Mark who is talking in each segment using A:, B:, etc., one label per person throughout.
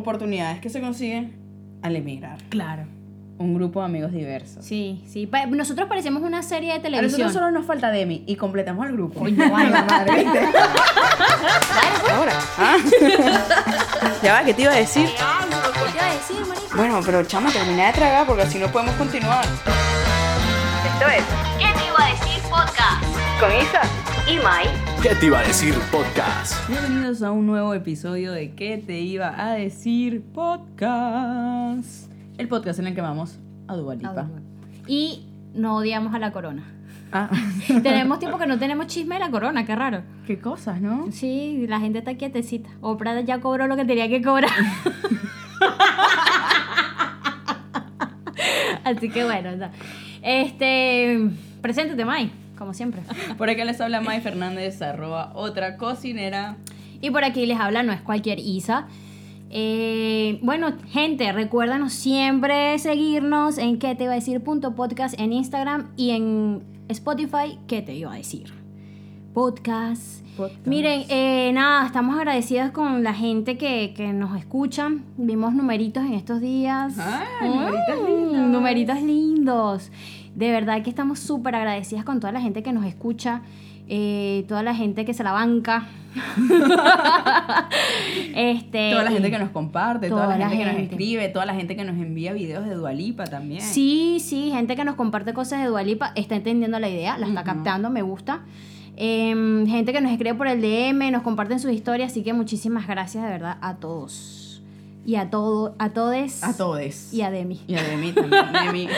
A: oportunidades que se consiguen al emigrar.
B: Claro.
A: Un grupo de amigos diversos.
B: Sí, sí. Pa- nosotros parecemos una serie de
A: A
B: televisión.
A: nosotros solo nos falta Demi y completamos el grupo.
B: Coño, vale.
A: La madre, ¿viste?
C: Ahora. Ah. ya va, ¿qué te iba a decir?
B: ¿Qué te iba a decir, marico?
C: Bueno, pero chama, termina de tragar porque así no podemos continuar. Esto es
D: ¿Qué te iba a decir podcast?
C: con Isa.
D: Y Mai.
E: ¿Qué te iba a decir podcast?
A: Bienvenidos a un nuevo episodio de ¿Qué te iba a decir podcast? El podcast en el que vamos a Dualipa.
B: Y no odiamos a la corona.
A: Ah,
B: tenemos tiempo que no tenemos chisme de la corona, qué raro.
A: qué cosas, ¿no?
B: Sí, la gente está quietecita. Oprah ya cobró lo que tenía que cobrar. Así que bueno, no. este, preséntate, Mai, como siempre.
A: Por acá les habla May Fernández, arroba otra cocinera.
B: Y por aquí les habla, no es cualquier Isa. Eh, bueno, gente, recuérdanos siempre seguirnos en qué te iba a decir punto podcast en Instagram y en Spotify, qué te iba a decir. Podcast.
A: Podcast.
B: Miren, eh, nada, estamos agradecidas con la gente que, que nos escuchan. Vimos numeritos en estos días.
A: Ay, numeritos
B: Mm,
A: lindos.
B: numeritos lindos. De verdad que estamos súper agradecidas con toda la gente que nos escucha, eh, toda la gente que se la banca. este,
A: Toda la gente que nos comparte, toda,
B: toda
A: la
B: la
A: gente, que nos
B: gente.
A: escribe, toda la gente que nos envía videos de Dualipa también.
B: Sí, sí, gente que nos comparte cosas de Dualipa está entendiendo la idea, la está captando, me gusta. Em, gente que nos escribe por el DM, nos comparten sus historias, así que muchísimas gracias de verdad a todos. Y a todo, a todes.
A: A todos.
B: Y a Demi.
A: Y a Demi también. Demi.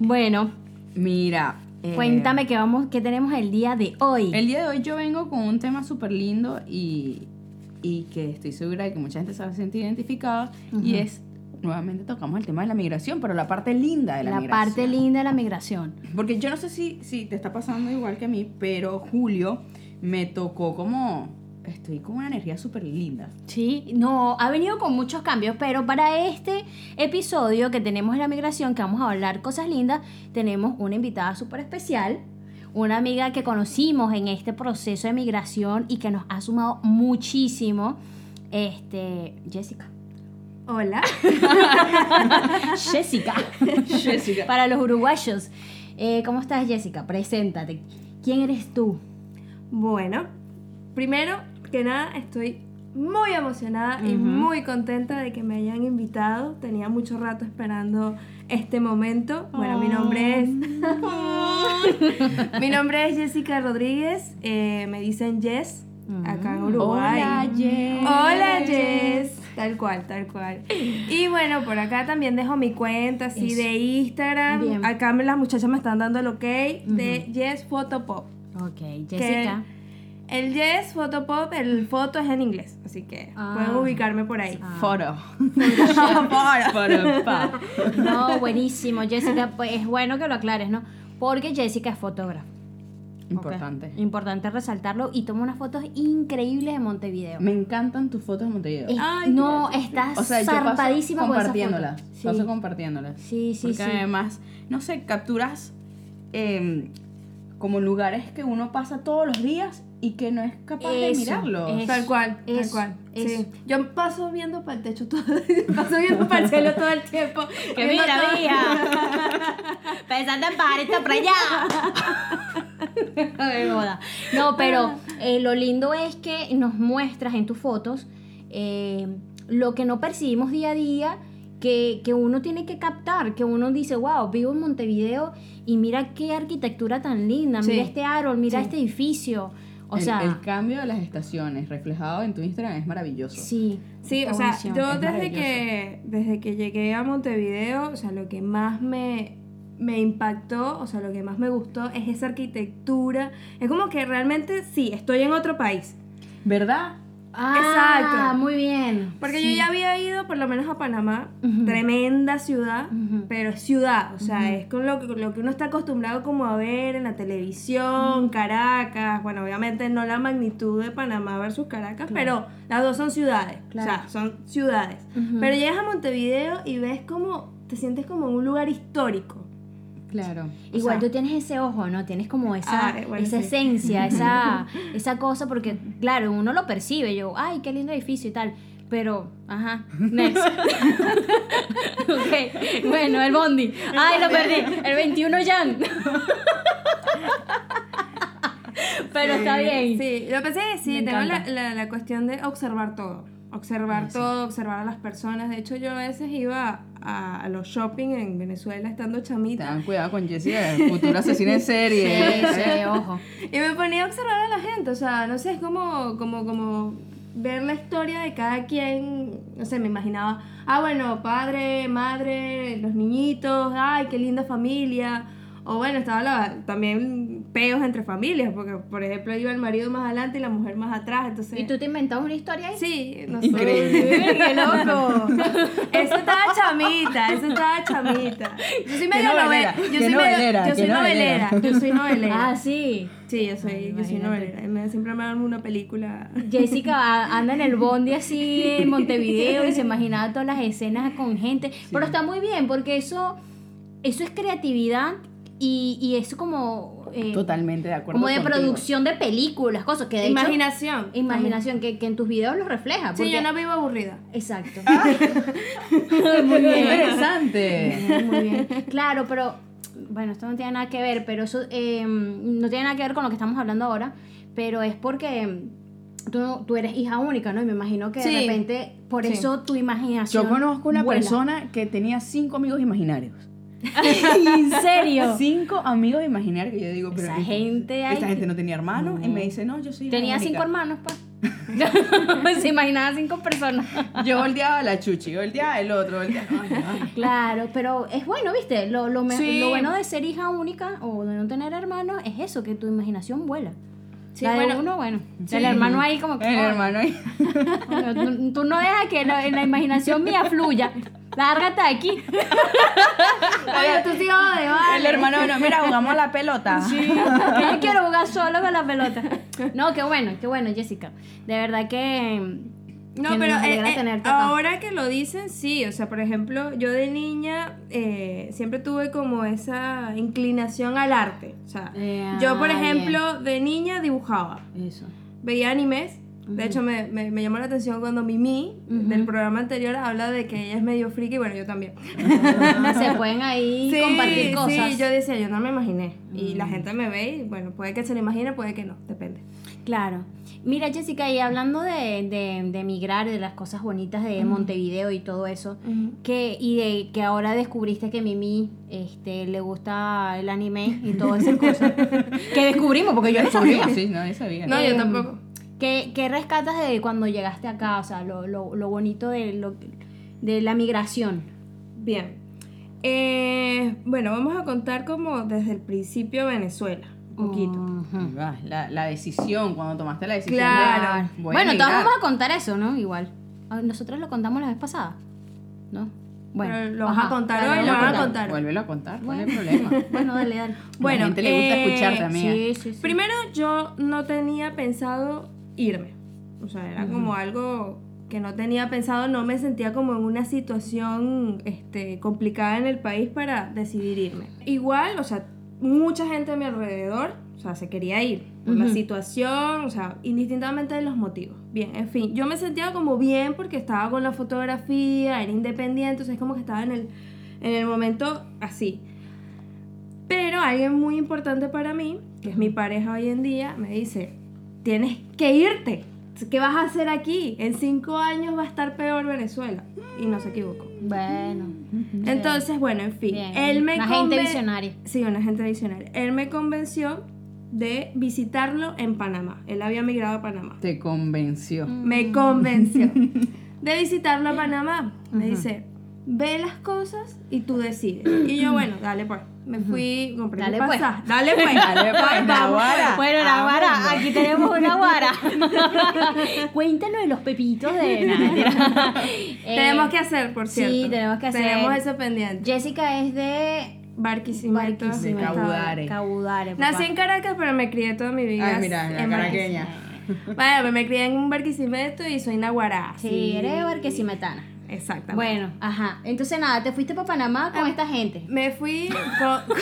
B: Bueno,
A: Mira. eh,
B: cuéntame qué vamos, qué tenemos el día de hoy.
A: El día de hoy yo vengo con un tema súper lindo y, y que estoy segura de que mucha gente se va a sentir identificada. Y es, nuevamente tocamos el tema de la migración, pero la parte linda de la,
B: la
A: migración.
B: parte linda de la migración.
A: Porque yo no sé si, si te está pasando igual que a mí, pero Julio me tocó como... Estoy con una energía súper linda.
B: Sí, no, ha venido con muchos cambios, pero para este episodio que tenemos en la migración, que vamos a hablar cosas lindas, tenemos una invitada súper especial, una amiga que conocimos en este proceso de migración y que nos ha sumado muchísimo, este, Jessica.
D: Hola.
B: Jessica,
A: Jessica.
B: para los uruguayos. Eh, ¿Cómo estás, Jessica? Preséntate. ¿Quién eres tú?
D: Bueno, primero que nada estoy muy emocionada y muy contenta de que me hayan invitado. Tenía mucho rato esperando este momento. Bueno, mi nombre es... mi nombre es Jessica Rodríguez. eh, me dicen Jess, acá en Uruguay.
A: Hola, Jess.
D: Hola Jess. Tal cual, tal cual. Y bueno, por acá también dejo mi cuenta así
B: Eso.
D: de Instagram.
B: Bien.
D: Acá me- las muchachas me están dando el ok de Yes Photopop.
B: Ok,
D: que
B: Jessica.
D: El Yes Photopop, el foto es en inglés, así que
B: Ah.
D: pueden ubicarme por ahí.
A: Foro. Foro. pa.
B: No, buenísimo, Jessica. Pues es bueno que lo aclares, ¿no? Porque Jessica es fotógrafa.
A: Importante.
B: Ok. Importante resaltarlo y toma unas fotos increíbles de Montevideo.
A: Me encantan tus fotos de Montevideo.
B: Es-
D: Ay,
B: no, estás
A: O sea, yo paso
B: zarpadísima con esas
A: compartiéndolas.
B: fotos.
A: Paso compartiéndolas.
B: Sí, sí, sí.
A: Porque
B: sí.
A: además, no sé, capturas eh, como lugares que uno pasa todos los días y que no es capaz de
B: Eso,
A: mirarlos.
B: eso.
D: Tal cual,
B: Eso,
D: tal cual. sí.
B: eso.
D: Yo paso viendo para el techo todo, paso viendo para el cielo todo el tiempo.
B: Que
D: viendo
B: mira,
D: todo.
B: mira. Pensando en pagar esta para allá. De moda. No, pero
D: Ah.
B: eh, lo lindo es que nos muestras en tus fotos eh, lo que no percibimos día a día, que, que uno tiene que captar, que uno dice, wow, vivo en Montevideo y mira qué arquitectura tan linda,
D: Sí.
B: mira este árbol, mira
D: Sí.
B: este edificio. O
A: El-
B: sea,
A: el, cambio de las estaciones reflejado en tu Instagram es maravilloso.
B: sí.
D: Sí, o sea,
B: buenísimo.
D: yo
A: Es
D: desde que, desde que llegué a Montevideo, o sea, lo que más me, me impactó, o sea, lo que más me gustó es esa arquitectura. Es como que realmente sí, estoy en otro país.
A: ¿Verdad?
B: Ah,
D: Exacto.
B: Muy bien.
D: Porque
B: Sí.
D: yo ya había ido por lo menos a Panamá,
B: Ujú.
D: tremenda ciudad,
B: Ujú.
D: pero es ciudad, o sea, es con lo, que- lo que uno está acostumbrado como a ver en la televisión, Caracas, bueno, obviamente no la magnitud de Panamá versus Caracas, pero las dos son ciudades, o sea,
B: Claro.
D: son ciudades.
B: Ujú.
D: Pero llegas a Montevideo y ves como, te sientes como en un lugar histórico.
A: Claro.
D: O
B: Igual
D: sea-
B: tú tienes ese ojo, ¿no? Tienes como esa,
D: Ah, eh, bueno,
B: esa
D: sí.
B: esencia, esa, esa cosa, porque claro, uno lo percibe, yo, ay, qué lindo edificio y tal, Pero, ajá, next. ok, bueno, el bondi. Ay, lo perdí. El 21 Jan. Pero está bien.
D: Sí, lo que pasa es que sí,
B: Me
D: tengo la,
B: encanta.
D: la- la cuestión de observar todo. Observar todo, observar a las personas. De hecho, yo a veces iba a, a los shopping en Venezuela estando chamita
A: Tengan cuidado con Jessie, el futuro asesino en serie. ¿Eh?
B: ojo.
D: y me ponía a observar a la gente. O sea, no sé, es como, como, como ver la historia de cada quien. No sé, me imaginaba, ah, bueno, padre, madre, los niñitos, ay, qué linda familia. O bueno, estaba la- también peos entre familias, porque por ejemplo iba el marido más adelante y la mujer más atrás. Entonces,
B: ¿Y tú te inventabas una historia ahí?
D: Sí, no
A: Increíble.
D: sé. ¡Qué loco! Eso estaba chamita, eso estaba chamita. Yo soy medio
A: novelera,
D: novelera.
A: qué
D: Yo soy
A: novelera,
D: medio- yo
A: qué
D: soy
A: novelera.
D: novelera. Yo soy
B: Ah,
D: novelera.
B: sí.
D: Sí, yo soy, yo soy novelera. Me- Siempre me dan una película.
B: Jessica a- anda en el bondi así en Montevideo y se imaginaba todas las escenas con gente. Pero está muy bien porque eso, eso es creatividad y, y es como... eh,
A: Totalmente de acuerdo.
B: Como de
A: contigo.
B: producción de películas, cosas que de hecho-
D: Imaginación.
B: imaginación, que, que en tus videos los refleja.
D: Sí,
B: porque-
D: yo no vivo aburrida.
B: Exacto.
A: Ah, Muy interesante.
B: Muy bien. Claro, pero bueno, esto no tiene nada que ver, pero eso eh, no tiene nada que ver con lo que estamos hablando ahora, pero es porque mm, tú, tú eres hija única, ¿no? Y me imagino que de
D: Sí.
B: repente por
D: Sí.
B: eso tu imaginación.
A: Yo conozco una
B: vuela.
A: persona que tenía cinco amigos imaginarios.
B: ¿En serio?
A: Cinco amigos imaginarios que yo digo, pero.
B: Esa gente hay
A: Esta
B: que-
A: gente no tenía hermanos. Y me dice, no, yo soy. la
B: Tenía
A: única.
B: cinco hermanos, pa. Se imaginaba cinco personas.
A: Yo volteaba a la chuchi, volteaba el otro, volteaba. Ay, ay.
B: Claro, pero es bueno, ¿viste? Lo, lo, me-
D: Sí.
B: lo bueno de ser hija única o de no tener hermanos es eso, que tu imaginación vuela.
D: Sí,
B: La de
D: bueno.
B: uno, bueno. El hermano ahí como que...
A: El
B: "Oh,
A: hermano ahí.
B: tú, tú no dejas que la, la imaginación mía fluya. Lárgate de aquí.
D: Oye, tú sí oh, de vale.
A: El hermano, bueno, mira, jugamos a la pelota.
B: Que yo quiero jugar solo con la pelota. No, qué bueno, qué bueno, Jessica. De verdad que...
D: No,
B: que
D: pero
B: nos alegra
D: eh, eh,
B: tenerte acá.
D: ahora que lo dicen, sí. O sea, por ejemplo, yo de niña eh, siempre tuve como esa inclinación al arte. O sea,
B: Eh,
D: yo, por
B: ah,
D: ejemplo, de niña dibujaba.
B: Eso.
D: Veía animes. De hecho, me, me- me llamó la atención cuando Mimi, del programa anterior, habla de que ella es medio friki. Bueno, yo también.
B: se pueden ahí
D: Sí,
B: compartir cosas. Mm.
D: Sí, yo decía, yo no me imaginé. Y la gente me ve y, bueno, puede que se lo imagine, puede que no. Depende.
B: Claro. Mira, Jessica, y hablando de, de, de emigrar, de las cosas bonitas de Montevideo y todo eso, que, y de que ahora descubriste que Mimi este, le gusta el anime y todas esas cosas, que descubrimos, porque yo no sabía.
A: Sí, no, yo sabía.
D: No,
B: Em,
D: yo tampoco.
B: ¿Qué, qué rescatas de cuando llegaste acá? O sea, lo, lo, lo bonito de, lo, de la migración.
D: Bien. Eh, bueno, vamos a contar como desde el principio Venezuela, un poquito.
B: Ujú.
A: Ahí va, La, la decisión, cuando tomaste la decisión.
D: Claro.
A: de, voy a
B: Bueno, todos
A: emigrar.
B: vamos a contar eso, ¿no? Igual. Ah, Nosotros lo contamos la vez pasada, ¿no?
D: Pero lo vas a
B: ajá,
D: contar
B: dale, vamos
D: hoy, lo
B: a
D: van a
B: contar.
D: contar.
A: Vuélvelo a contar, ¿cuál es el problema?
B: Bueno, dale, dale.
A: Bueno,
D: Bueno,
A: la gente le gusta
D: eh,
A: escucharte, amiga.
B: Sí, sí, sí.
D: Primero yo no tenía pensado irme. O sea, era como algo que no tenía pensado, no me sentía como en una situación este, complicada en el país para decidir irme. Igual, o sea, mucha gente a mi alrededor, o sea, se quería ir por la situación, o sea, indistintamente de los motivos. Bien, en fin, yo me sentía como bien porque estaba con la fotografía, era independiente, o sea, es como que estaba en el, en el momento así. Pero alguien muy importante para mí, que es mi pareja hoy en día, me dice, tienes que irte. ¿Qué vas a hacer aquí? En cinco años va a estar peor Venezuela. Y no se equivocó.
B: Bueno,
D: Entonces, bueno, en fin.
B: bien.
D: Él me
B: Una gente
D: conven-
B: visionaria.
D: Sí, una gente visionaria. Él me convenció de visitarlo en Panamá. Él había migrado a Panamá.
A: Te convenció.
B: Mm.
D: Me convenció de visitarlo a Panamá. Me dice, ve las cosas y tú decides. Y yo, bueno, dale pues. Me fui, compré
B: Dale,
D: mi
B: pues.
D: pasaje. Dale pues.
A: Dale, pues, Nahuara.
B: Bueno, la
D: Ah,
B: guara, aquí tenemos una guara. Cuéntanos de los pepitos de Eh, Nadia.
D: tenemos que hacer, por
B: sí,
D: cierto.
B: tenemos que hacer.
D: Tenemos eso pendiente.
B: Jessica es de
D: Barquisimeto.
B: Barquisimeto.
A: De Caudare.
B: Caudare, papá.
D: Nací en Caracas, pero me crié toda mi vida.
A: Ay, mira, la
D: en
A: caraqueña.
D: Barquisimeto. Bueno, me crié en un Barquisimeto y soy naguará.
B: Sí, eres barquisimetana.
D: Exactamente.
B: Bueno, ajá. Entonces nada, te fuiste para Panamá
D: Ah.
B: con esta gente.
D: Me fui con-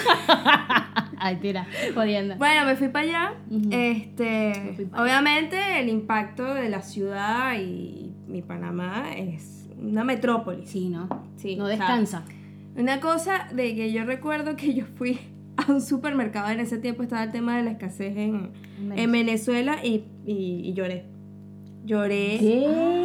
B: Ay, tira, jodiendo.
D: Bueno, me fui para allá. Este,
B: fui pa' allá.
D: obviamente el impacto de la ciudad y mi Panamá es una metrópolis.
B: Sí, ¿no?
D: Sí,
B: No
D: o sea,
B: descansa.
D: Una cosa de que yo recuerdo que yo fui a un supermercado, en ese tiempo estaba el tema de la escasez en, en Venezuela y, y- y lloré. Lloré.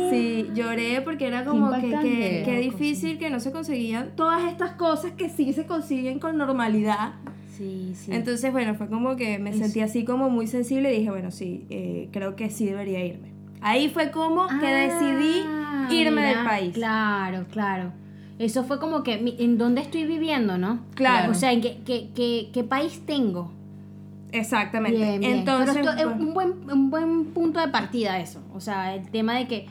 D: Sí, lloré porque era como que, que,
A: impactante.
D: que difícil que no se conseguían todas estas cosas que sí se consiguen con normalidad.
B: Sí, sí.
D: Entonces, bueno, fue como que me sentí así como muy sensible y dije, bueno, sí, eh, creo que sí debería irme. Ahí fue como que decidí
B: Ah,
D: irme
B: mira,
D: del país.
B: Claro, claro. Eso fue como que, mi- ¿en dónde estoy viviendo, no?
D: Claro.
B: O sea, ¿en qué, qué, qué, qué país tengo?
D: Exactamente.
B: Bien, bien.
D: Entonces,
B: Pero esto es
D: bueno.
B: un buen, un buen punto de partida eso. O sea, el tema de que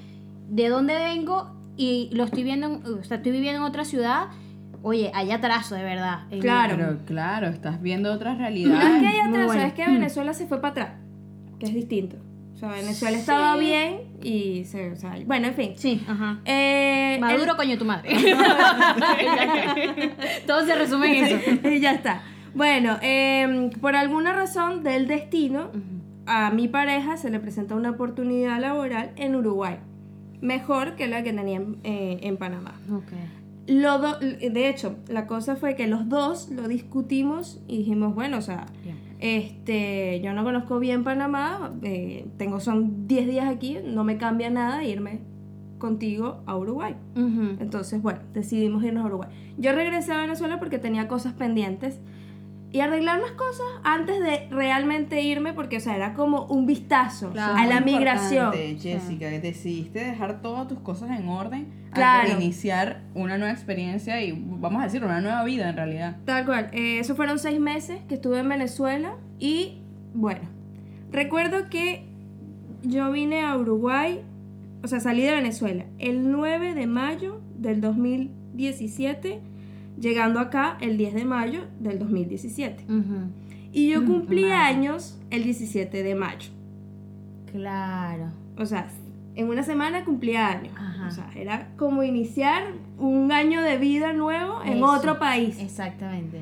B: de dónde vengo y lo estoy viendo, en- o sea, estoy viviendo en otra ciudad, oye, allá atraso, de verdad. En-
D: Claro.
A: Pero claro, estás viendo otras
D: No es
A: realidades.
D: que haya
B: muy
D: atraso,
B: bueno.
D: es que Venezuela se fue para atrás, que es distinto. O sea, Venezuela estaba bien y se... o sea, bueno, en fin.
B: Sí, ajá.
D: Eh, el-
B: Maduro, coño, tu madre. Todo se resume en eso.
D: Y ya está. Bueno, eh, por alguna razón del destino, a mi pareja se le presenta una oportunidad laboral en Uruguay, mejor que la que tenía en, eh, en Panamá.
B: Ok.
D: Lo do- de hecho, la cosa fue que los dos lo discutimos y dijimos, bueno, o sea,
B: Bien.
D: este, yo no conozco bien Panamá, eh, tengo son 10 días aquí, no me cambia nada irme contigo a Uruguay.
B: Ujú.
D: Entonces, bueno, decidimos irnos a Uruguay. Yo regresé a Venezuela porque tenía cosas pendientes y arreglar las cosas antes de realmente irme porque, o sea, era como un vistazo
B: Claro,
D: a la
A: Muy
D: migración.
A: importante, Jessica, que decidiste dejar todas tus cosas en orden
D: Claro.
A: antes de iniciar una nueva experiencia y vamos a decir una nueva vida en realidad.
D: Tal cual. Eh, eso fueron seis meses que estuve en Venezuela y, bueno, recuerdo que yo vine a Uruguay, o sea, salí de Venezuela el 9 de mayo del 2017, llegando acá el 10 de mayo del 2017.
B: Ujú.
D: Y
B: Mm,
D: yo cumplí años el 17 de mayo.
B: Claro.
D: O sea, en una semana cumplí años.
B: Ajá.
D: O sea, era como iniciar un año de vida nuevo en
B: Eso.
D: otro país.
B: Exactamente.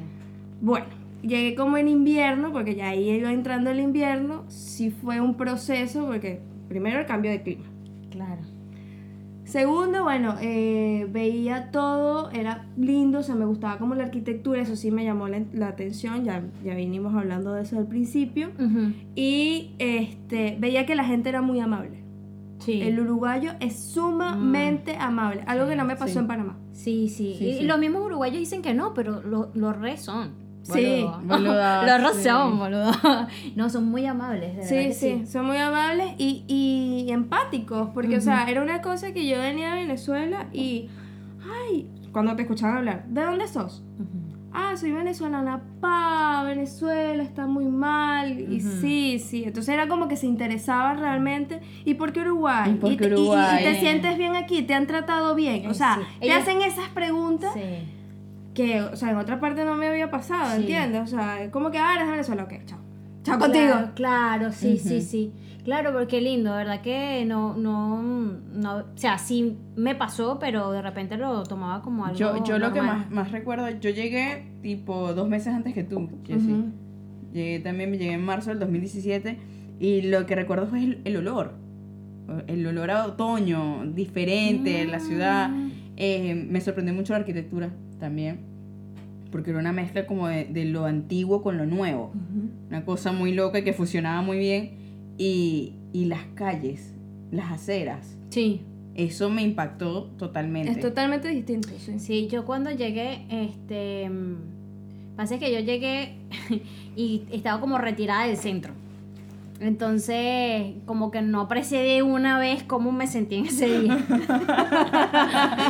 D: Bueno, llegué como en invierno, porque ya ahí iba entrando el invierno. Sí fue un proceso, porque primero el cambio de clima.
B: Claro.
D: Segundo, bueno, eh, veía todo, era lindo, o sea, me gustaba como la arquitectura, eso sí me llamó la, la atención, ya, ya vinimos hablando de eso al principio.
B: Ujú.
D: Y este, veía que la gente era muy amable.
B: Sí.
D: El uruguayo es sumamente amable, algo que no me pasó
A: sí.
D: en Panamá.
B: Sí, sí.
A: Sí,
B: y
A: sí.
B: los mismos uruguayos dicen que no, pero lo- los re son.
D: Sí,
B: boludo.
A: boluda,
B: los re
A: sí.
B: son, boludo. No, son muy amables, de verdad.
D: Sí,
B: que
D: sí,
B: sí.
D: son muy amables y, y empáticos, porque, o sea, era una cosa que yo venía de Venezuela y, ay, cuando te escuchaban hablar, ¿de dónde sos?
B: Ujú.
D: Ah, soy venezolana, pa, Venezuela está muy mal, y sí, sí, entonces era como que se interesaban realmente, ¿y por qué Uruguay?
A: ¿Y por qué
D: te- y-
A: Uruguay?
D: te sientes bien aquí, te han tratado bien, o sea,
B: Sí.
D: te
B: Ellos-
D: hacen esas preguntas
B: Sí.
D: que, o sea, en otra parte no me había pasado,
B: Sí.
D: ¿entiendes? O sea, es como que, ah, eres de Venezuela, ok, chao, chao contigo.
B: Claro, claro, sí, sí, sí. Claro, porque lindo, ¿verdad? Que no, no, no, o sea, sí me pasó, pero de repente lo tomaba como algo
A: Yo, yo lo que
B: normal.
A: más, más recuerdo, yo llegué tipo dos meses antes que tú, Jessy.
D: Ujú.
A: Llegué también, llegué en marzo del 2017 y lo que recuerdo fue el, el olor. El olor a otoño, diferente,
B: Mm.
A: la ciudad. Eh, me sorprendió mucho la arquitectura también, porque era una mezcla como de, de lo antiguo con lo nuevo. Una cosa muy loca que fusionaba muy bien. Y, y las calles, las aceras,
B: Sí.
A: eso me impactó totalmente.
D: Es totalmente distinto, sí.
B: Sí, yo cuando llegué, este. mm, Pasa que yo llegué y estaba como retirada del centro. Entonces, como que no aprecié de una vez cómo me sentí en ese día.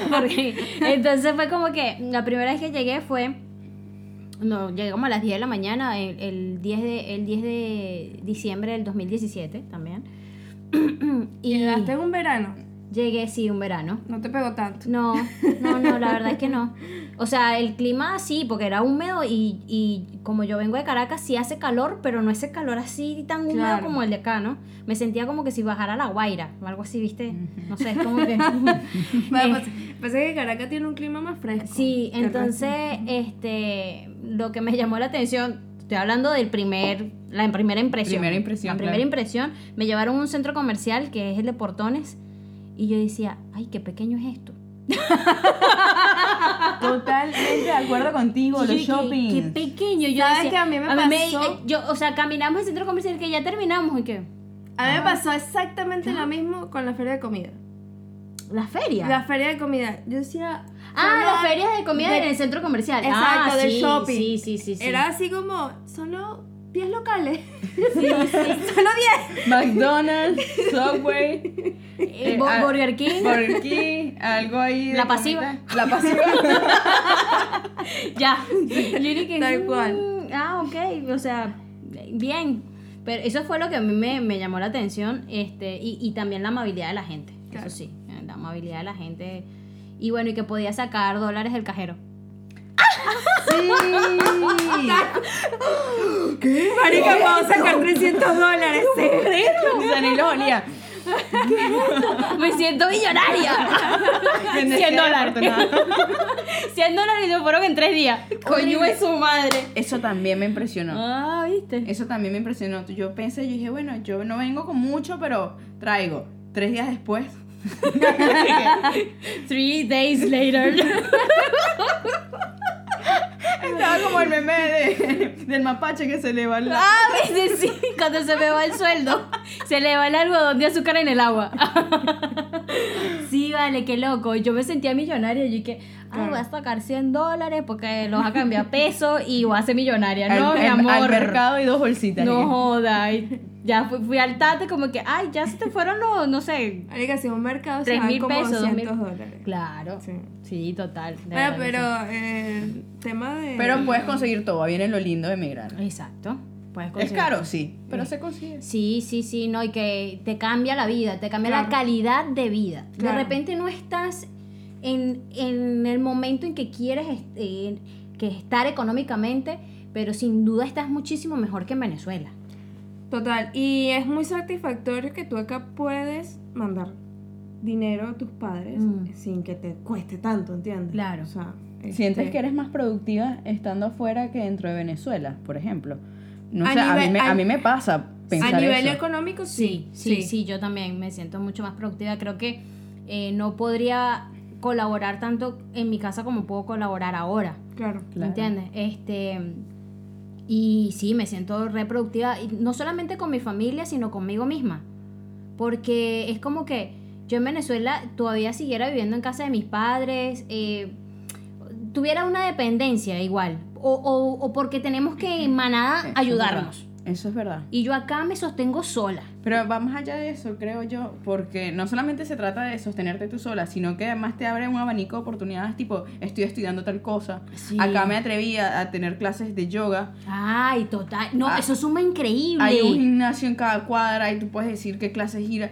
B: Porque- entonces fue como que la primera vez que llegué fue. No, llegamos a las 10 de la mañana, el, el 10, de, el 10 de diciembre del 2017 también. y
D: Llegaste en un verano,
B: llegué, sí, un verano.
D: no te pegó tanto.
B: No, no, no, la verdad es que no. O sea, el clima sí, porque era húmedo y, y como yo vengo de Caracas, sí hace calor, pero no ese calor así tan húmedo
D: Claro.
B: como el de acá, ¿no? Me sentía como que si bajara a la Guaira o algo así, ¿viste?
A: Mm.
B: No sé, es como que...
D: Bueno, pues, pasa que Caracas tiene un clima más fresco.
B: Sí,
D: que el
B: entonces, este, lo que me llamó la atención, estoy hablando del primer, la primera impresión.
A: Primera impresión,
B: La primera
A: claro.
B: impresión, me llevaron a un centro comercial que es el de Portones Y yo decía, ay, qué pequeño es esto.
A: Totalmente de acuerdo contigo,
B: Y yo
A: los
B: dije, Qué,
A: shoppings.
B: pequeño. Yo
D: ¿Sabes
B: decía,
D: que a mí me pasó?
B: eh, yo, o sea, caminamos el centro comercial que ya terminamos y que
D: A mí
B: "Ah".
D: me pasó exactamente lo mismo con la feria de comida.
B: la feria.
D: La feria de comida. Yo decía.
B: ah,
D: solo
B: las ferias de comida
D: de-
B: en el centro comercial.
D: Exacto,
B: ah,
D: del
B: sí,
D: shopping.
B: Sí, sí, sí, sí.
D: Era así como, solo 10 locales. solo 10.
A: McDonald's, Subway.
B: Eh,
A: eh,
B: Bo-
A: ah,
B: Burger King.
A: Burger King, algo ahí. de
B: La pasiva.
A: comida. La pasiva.
B: Ya. Yo dije,
D: Tal
B: "Mm,
D: cual.
B: Ah, ok. O sea, bien. Pero eso fue lo que a mí me, me llamó la atención. Este, y, y también la amabilidad de la gente.
D: Claro.
B: Eso sí. eh, La amabilidad de la gente. Y bueno, y que podía sacar dólares del cajero.
A: sí.
D: Marica, puedo sacar 300 dólares.
A: O sea, ni lo olía.
B: ¡Me siento millonaria!
A: Bendecida y
B: dólares.
A: afortunada.
B: 100 dólares y se fueron en tres días. Coño es su madre.
A: Eso también me impresionó.
B: Ah, ¿viste?
A: Eso también me impresionó. Yo pensé, yo dije, bueno, yo no vengo con mucho, pero traigo. Tres días después.
B: Three days later.
A: Estaba como el meme de- del mapache que se le va la.
B: ah, ¿viste? Sí, cuando se me va el sueldo. Se le va el algodón de azúcar en el agua. sí, vale, qué loco. Yo me sentía millonaria. Yo dije, ah, voy a sacar 100 dólares porque los va a cambiar a peso y voy a ser millonaria. No,
A: al,
B: mi
A: al-
B: amor.
A: al mercado y dos bolsitas.
B: No
A: dije.
B: joda. Y Ya fui, fui al tate como que, ay, ya se te fueron los, no sé.
D: Marica, si un mercado se
B: Tres
D: van
B: mil
D: como
B: pesos, dos mil.
D: 200 dólares.
B: Claro.
D: Sí.
B: Sí, total. de verdad
D: Bueno,
B: que
D: pero eh, tema de.
A: Pero puedes conseguir todo. Viene lo lindo de emigrar.
B: sí. Exacto. Puedes
A: Es
B: conseguir.
A: caro, sí. Pero se consigue.
B: Sí, sí, sí, no, y que te cambia la vida, te cambia la
D: Claro.
B: calidad de vida.
D: Claro.
B: De repente no estás en, en el momento en que quieres est- eh, que estar económicamente, pero sin duda estás muchísimo mejor que en Venezuela.
D: Total. Y es muy satisfactorio que tú acá puedes mandar dinero a tus padres
B: Mm.
D: sin que te cueste tanto, ¿entiendes?
B: Claro.
D: O sea,
A: Sientes
D: este,
A: que eres más productiva estando afuera que dentro de Venezuela, por ejemplo. No
D: A
A: sé, a, mí
D: nivel-
A: me, a
D: a-
A: mí me pasa pensar
D: A nivel
A: eso.
D: económico, sí.
B: sí, yo también me siento mucho más productiva. Creo que eh, no podría colaborar tanto en mi casa como puedo colaborar ahora.
D: Claro.
A: Claro.
B: ¿Entiendes? Este, y sí, me siento reproductiva, y no solamente con mi familia, sino conmigo misma. Porque es como que yo en Venezuela todavía siguiera viviendo en casa de mis padres, eh, tuviera una dependencia igual, o, o- o porque tenemos que en manada
A: Eso es
B: ayudarnos.
A: verdad. Eso es verdad.
B: Y yo acá me sostengo sola.
A: Pero va más allá de eso, creo yo, porque no solamente se trata de sostenerte tú sola, sino que además te abre un abanico de oportunidades, tipo, estoy estudiando tal cosa.
B: Sí.
A: Acá me atreví a, a tener clases de yoga.
B: Ay, total. No,
A: Ah,
B: eso suma increíble.
A: Hay un gimnasio en cada cuadra y tú puedes decir qué clases ir.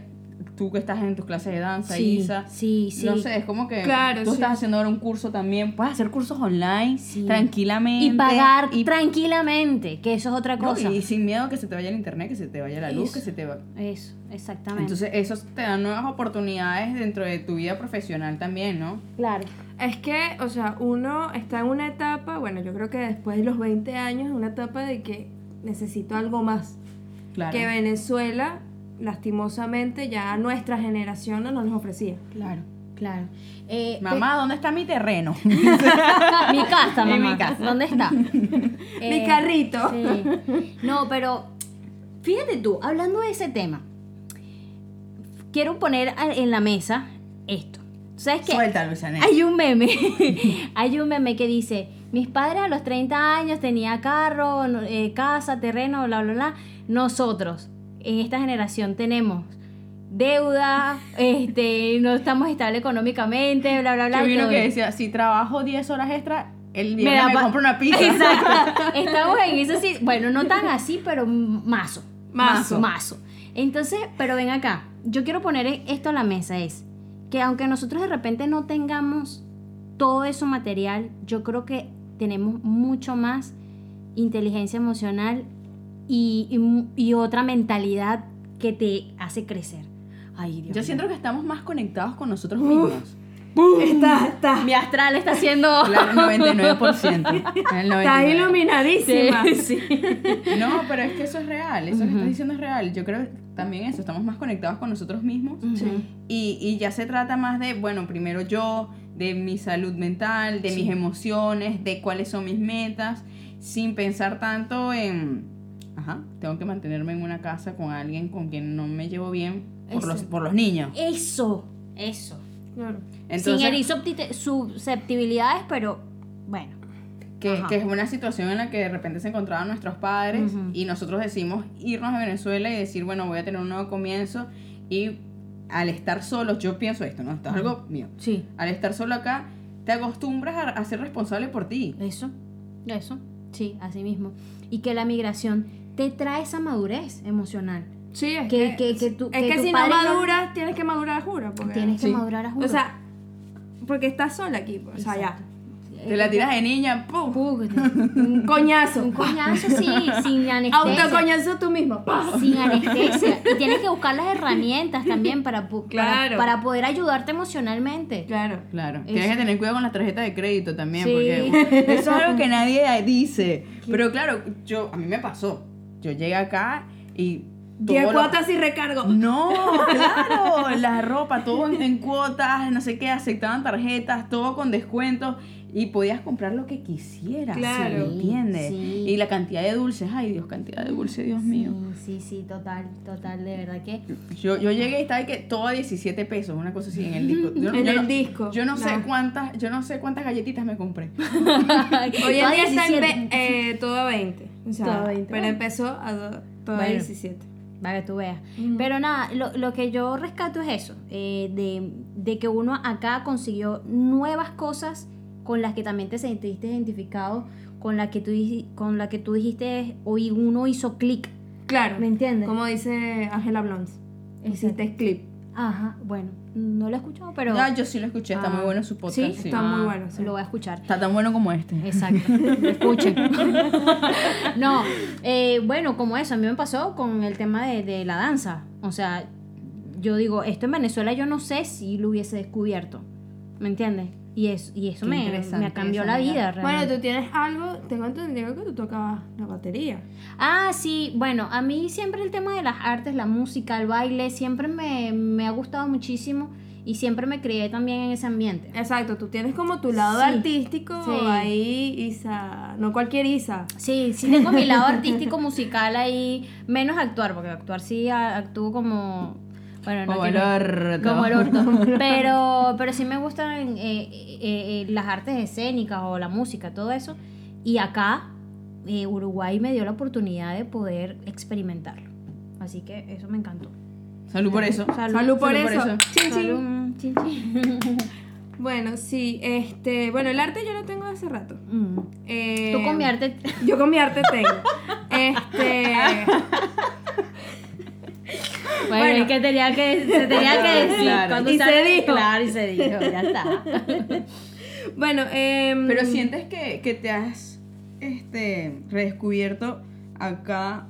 A: Tú que estás en tus clases de danza,
B: sí,
A: Isa.
B: sí, sí.
A: No sé, es como que
D: Claro,
A: tú
D: sí.
A: estás haciendo ahora un curso también. Puedes hacer cursos online
B: Sí.
A: tranquilamente.
B: Y pagar
A: y-
B: tranquilamente, que eso es otra
A: no,
B: cosa.
A: y sin miedo que se te vaya el internet, que se te vaya la luz,
B: Eso.
A: que se te va.
B: Eso, exactamente.
A: Entonces, eso te da nuevas oportunidades dentro de tu vida profesional también, ¿no?
B: claro.
D: Es que, o sea, uno está en una etapa, bueno, yo creo que después de los 20 años, una etapa de que necesito algo más.
A: Claro.
D: Que Venezuela, lastimosamente, ya nuestra generación no nos ofrecía.
A: Claro.
B: Claro. Eh,
A: Mamá, ¿dónde está mi terreno?
B: pe- mi casa,
A: En
B: mamá.
A: mi casa.
B: ¿Dónde está?
D: Mi
B: Eh,
D: carrito.
B: sí. No, pero fíjate tú, hablando de ese tema, quiero poner a- en la mesa esto. ¿Sabes qué?
A: Suéltalo, Isabel.
B: Hay un meme, hay un meme que dice, mis padres a los 30 años tenía carro, no- eh, casa, terreno, bla, bla, bla. Nosotros, en esta generación, tenemos deuda, este, no estamos estable económicamente, bla, bla, bla.
A: Yo
B: y
A: vi uno
B: todo
A: que
B: eso".
A: decía, si trabajo 10 horas extra, el
B: Me da
A: viernes me,
B: pa-
A: compro una pizza.
B: Exacto. Estamos en eso sí. Bueno, no tan así, pero mazo.
D: Mazo.
B: Mazo. Entonces, pero ven acá. Yo quiero poner esto a la mesa: es que aunque nosotros de repente no tengamos todo eso material, yo creo que tenemos mucho más inteligencia emocional y, y mu- y otra mentalidad que te hace crecer. Ay, Dios
A: Yo
B: mío.
A: siento que estamos más conectados con nosotros mismos.
D: Está, está,
B: Mi astral está haciendo.
A: Claro, 99%. El
D: está
A: 99.
D: iluminadísima.
B: Sí, sí.
A: No, pero es que eso es real, eso que estás diciendo es real. Yo creo también eso, estamos más conectados con nosotros mismos y, y ya se trata más de, bueno, primero yo, de mi salud mental, de mis emociones, de cuáles son mis metas, sin pensar tanto en, ajá, tengo que mantenerme en una casa con alguien con quien no me llevo bien por, los,
B: Exacto.
A: por los niños.
B: Eso, eso.
D: Claro.
A: Entonces,
B: Sin herir subtite- susceptibilidades, pero bueno.
A: que,
B: Ajá.
A: que es una situación en la que de repente se encontraban nuestros padres y nosotros decimos irnos a Venezuela y decir, bueno, voy a tener un nuevo comienzo y al estar solos, yo pienso esto, ¿no? Esto es algo mío.
B: Sí.
A: Al estar solo acá, te acostumbras a, a ser responsable por ti.
B: Eso, eso. Sí, así mismo. Y que la migración te trae esa madurez emocional.
D: Sí, es
B: Que-
D: que,
B: que- que tú-
D: es
B: que
D: que,
B: tu
D: si no
B: padre no-
D: maduras, tienes que madurar, jura. Porque,
B: Tienes que
A: Sí.
B: madurar a juro.
D: O sea, porque estás sola aquí, pues, o sea,
B: Exacto. Eh,
A: Te la tiras de niña, ¡pum!
D: ya. Un coñazo.
B: Un coñazo, sí, sin anestesia.
D: Autocoñazo tú mismo. ¡pah!
B: sin anestesia. Y tienes que buscar las herramientas también para, pu- para,
D: Claro.
B: para poder ayudarte emocionalmente.
D: Claro.
A: Claro,
B: Eso.
A: tienes que tener cuidado con la tarjeta de crédito también,
B: Sí.
A: porque eso es algo que nadie dice. Pero claro, yo a mí me pasó. Yo llegué acá y...
D: Diez
A: todo lo-
D: cuotas y recargo.
B: Mm.
A: No, claro, la ropa, todo en, en cuotas, no sé qué, aceptaban tarjetas, todo con descuentos y podías comprar lo que quisieras,
D: Claro.
A: ¿me entiendes?
B: Sí.
A: Y la cantidad de dulces, ay Dios, cantidad de dulces, Dios mío.
B: Sí, sí, sí, total, total, de verdad que.
A: Yo, yo llegué y estaba de que todo a 17 pesos, una cosa así en el disco. Yo, no-
D: En
A: yo
D: el
A: no-
D: disco,
A: Yo no sé
D: claro.
A: cuántas, yo no sé cuántas galletitas me compré.
D: Hoy en
B: Todas
D: día está en
B: 17.
D: ve- eh, todo a 20. O sea,
B: Todo a 20.
D: Pero empezó a do- todo a
B: Bueno.
D: 17.
B: Para que tú veas. Pero nada, lo, lo que yo rescato es eso, eh, de, de que uno acá consiguió nuevas cosas con las que también te sentiste identificado, con las que tú, dij- con la que tú dijiste, hoy uno hizo clic.
D: Claro.
B: ¿Me entiendes?
D: Como dice Ángela Blons. Hiciste clip.
B: Ajá, bueno, no lo he escuchado, pero
A: Ah, yo sí lo escuché, está
B: Ah.
A: muy bueno su podcast.
B: Sí,
A: sí.
D: está muy bueno, sí.
B: lo voy a escuchar.
A: Está tan bueno como este.
B: Exacto, lo escuchen. no, eh, bueno, como eso, a mí me pasó con el tema de, de la danza. O sea, yo digo, esto en Venezuela yo no sé si lo hubiese descubierto. ¿Me entiendes? Y, es, y eso
A: Qué
B: me,
A: interesante
B: me cambió
A: eso,
B: la
A: mira.
B: vida. realmente.
D: Bueno, tú tienes algo. Tengo entendido que tú tocabas la batería.
B: Ah, sí, bueno, a mí siempre el tema de las artes, la música, el baile, siempre me, me ha gustado muchísimo y siempre me crié también en ese ambiente.
D: Exacto, tú tienes como tu lado
B: Sí.
D: artístico
B: Sí.
D: ahí, Isa. No cualquier Isa.
B: Sí, sí tengo mi lado artístico musical ahí, menos actuar, porque actuar sí a- actúo como bueno, no
A: Como el
B: quiero-
A: orto.
B: como el orto. Pero, pero sí me gustan eh, eh, eh, las artes escénicas o la música, todo eso. Y acá, eh, Uruguay me dio la oportunidad de poder experimentarlo. Así que eso me encantó.
A: Salud por eso.
D: Salud por eso. Chin, chin.
B: Salud, chin, chin.
D: Bueno, sí, este. Bueno, el arte yo lo tengo hace rato.
B: Mm.
D: Eh,
B: Tú con mi arte-
D: Yo con mi arte tengo. este.
B: Bueno,
D: Bueno.
B: es que tenía que, se tenía que decir.
A: Claro.
B: cuando
D: Y se
B: sale-
D: dijo.
B: Claro, y se dijo, ya está.
D: Bueno, em,
A: Pero sientes que, que te has este, redescubierto acá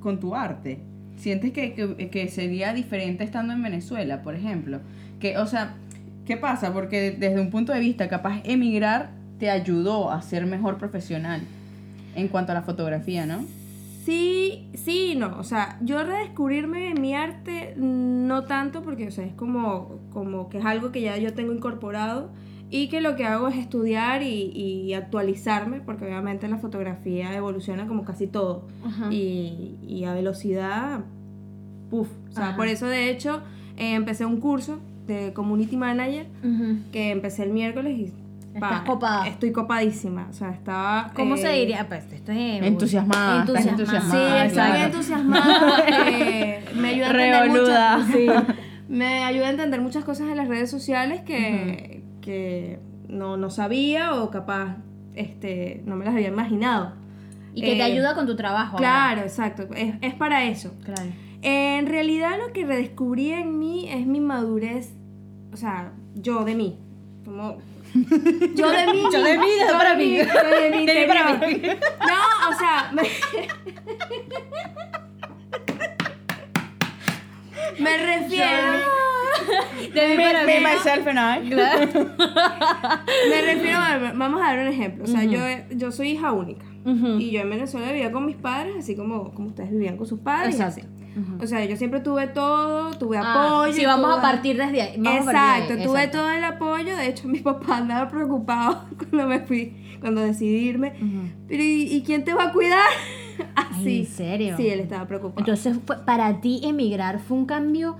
A: con tu arte. Sientes que, que- que sería diferente estando en Venezuela, por ejemplo. Que, o sea, ¿qué pasa? Porque de- desde un punto de vista, capaz emigrar te ayudó a ser mejor profesional en cuanto a la fotografía, ¿no?
D: Sí, sí, y no. O sea, yo redescubrirme en mi arte no tanto porque, o sea, es como, como que es algo que ya yo tengo incorporado y que lo que hago es estudiar y, y actualizarme porque obviamente la fotografía evoluciona como casi todo
B: Ajá.
D: y, y a velocidad, puff. O sea,
B: Ajá.
D: por eso de hecho eh, empecé un curso de community manager
B: Ujú.
D: que empecé el miércoles y...
B: Estás
D: pa,
B: copada.
D: Estoy copadísima. O sea, estaba...
B: ¿Cómo se
D: eh,
B: diría? Pues esto es
A: Entusiasmada, estás entusiasmada,
B: Sí,
D: Sí, estoy muy
B: exacto.
D: entusiasmada. eh, me ayuda a entender
A: Revoluda.
D: muchas, Me ayuda a entender muchas cosas en las redes sociales que, que no, no sabía o capaz este, no me las había imaginado.
B: Y que te
D: Eh,
B: ayuda con tu trabajo. ahora.
D: Claro, exacto. Es, es para eso.
B: Claro.
D: En realidad lo que redescubrí en mí es mi madurez. O sea, yo de mí. Como... Yo de mí.
B: Yo de mí,
D: yo
B: para
D: de
B: mí.
D: yo de mí,
B: De mí para
D: interior. No, o sea... me- Me refiero...
B: De mi para
A: Me,
B: mí, ¿no?
A: myself and I.
B: Claro.
D: Me refiero a, vamos a dar un ejemplo. O sea, yo, yo soy hija única.
B: Ujú.
D: Y yo en Venezuela vivía con mis padres, así como, como ustedes vivían con sus padres. y
B: Exacto.
D: así. O sea, yo siempre tuve todo, tuve
B: Ah,
D: apoyo.
B: sí, vamos
D: tuve-
B: a partir desde ahí. vamos a partir de ahí,
D: exacto, tuve todo el apoyo. De hecho, mi papá andaba preocupado cuando me fui, cuando decidí irme. Pero, ¿y, y quién te va a cuidar? Así.
B: ¿en serio?
D: Sí, él estaba preocupado.
B: Entonces, fue- para ti emigrar fue un cambio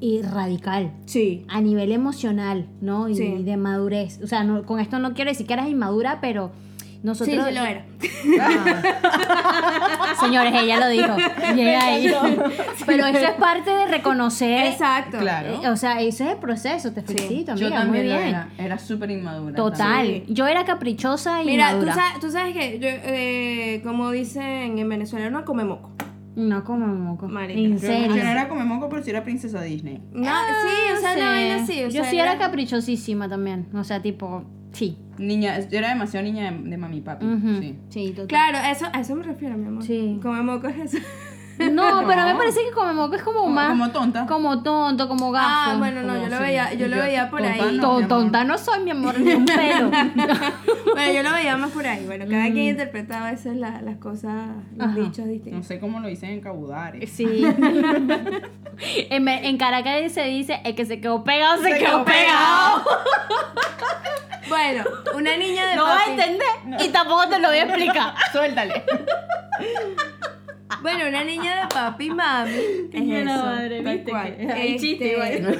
B: eh, radical
D: sí.
B: a nivel emocional, ¿no? Y
D: Sí.
B: de madurez. O sea, no- con esto no quiero decir que eras inmadura, pero
D: Sí,
B: nosotros...
D: sí lo era.
B: Señores, ella lo dijo. Llega ahí. Pero eso es parte de reconocer.
D: Exacto.
A: Claro.
B: eh, o sea, eso es el proceso. Te felicito,
A: Yo
B: amiga. Muy
A: también lo
B: bien.
A: era. Era súper inmadura. también.
B: Total. Yo era caprichosa y
D: Mira, tú
B: madura.
D: sabes, tú sabes que yo, eh, como dicen en Venezuela, no come moco.
B: No como moco.
D: Marica,
B: en
A: Yo, yo
B: serio.
A: no era como moco, pero si era princesa Disney.
D: No, Ah, sí, o sea,
B: Ah, Sí.
D: no vaina así. O
B: yo
D: sea,
B: sí era caprichosísima también. O sea, tipo, sí.
A: Niña, yo era demasiado niña de, de mami y papi.
B: Ujú.
A: Sí.
B: Sí, total.
D: Claro, eso, a eso me refiero, mi amor.
B: Sí.
D: Come moco es eso.
B: No, pero me parece que como moco es como,
A: Como,
B: más.
A: como tonta.
B: como tonto, como gafo.
D: Ah, bueno, no, yo lo veía, yo lo
A: Yo-
D: veía por
A: tonta
D: ahí.
A: no. mi amor.
B: tonta no soy, mi amor, ni un pelo.
D: Bueno, yo lo veía más por ahí. Bueno, cada quien interpretaba a veces la- las cosas, los
B: Mm. Ajá.
D: dichos
A: No
D: distintos.
A: sé cómo lo dicen en Cabudares.
B: Sí. en, Ve- en Caracas se dice, el que se quedó pegado, se, quedó, pegado.
D: Bueno, una niña de
B: No vas a
D: papi.
B: entender y tampoco te lo voy a explicar.
A: Suéltale.
D: Bueno, una niña de papi y mami. Es
B: Coño, la
D: eso,
B: madre,
D: tal
B: viste
D: cual. Este,
B: que- hay chiste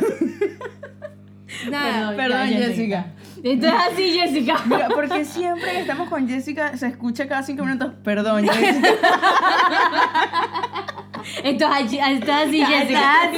D: Nada,
A: Perdón, Jessica.
B: Esto es así, Jessica.
A: Mira, porque siempre que estamos con Jessica se escucha cada cinco minutos. Perdón, Jessica.
B: Esto es así, esto es así, Jessica.
D: Ah,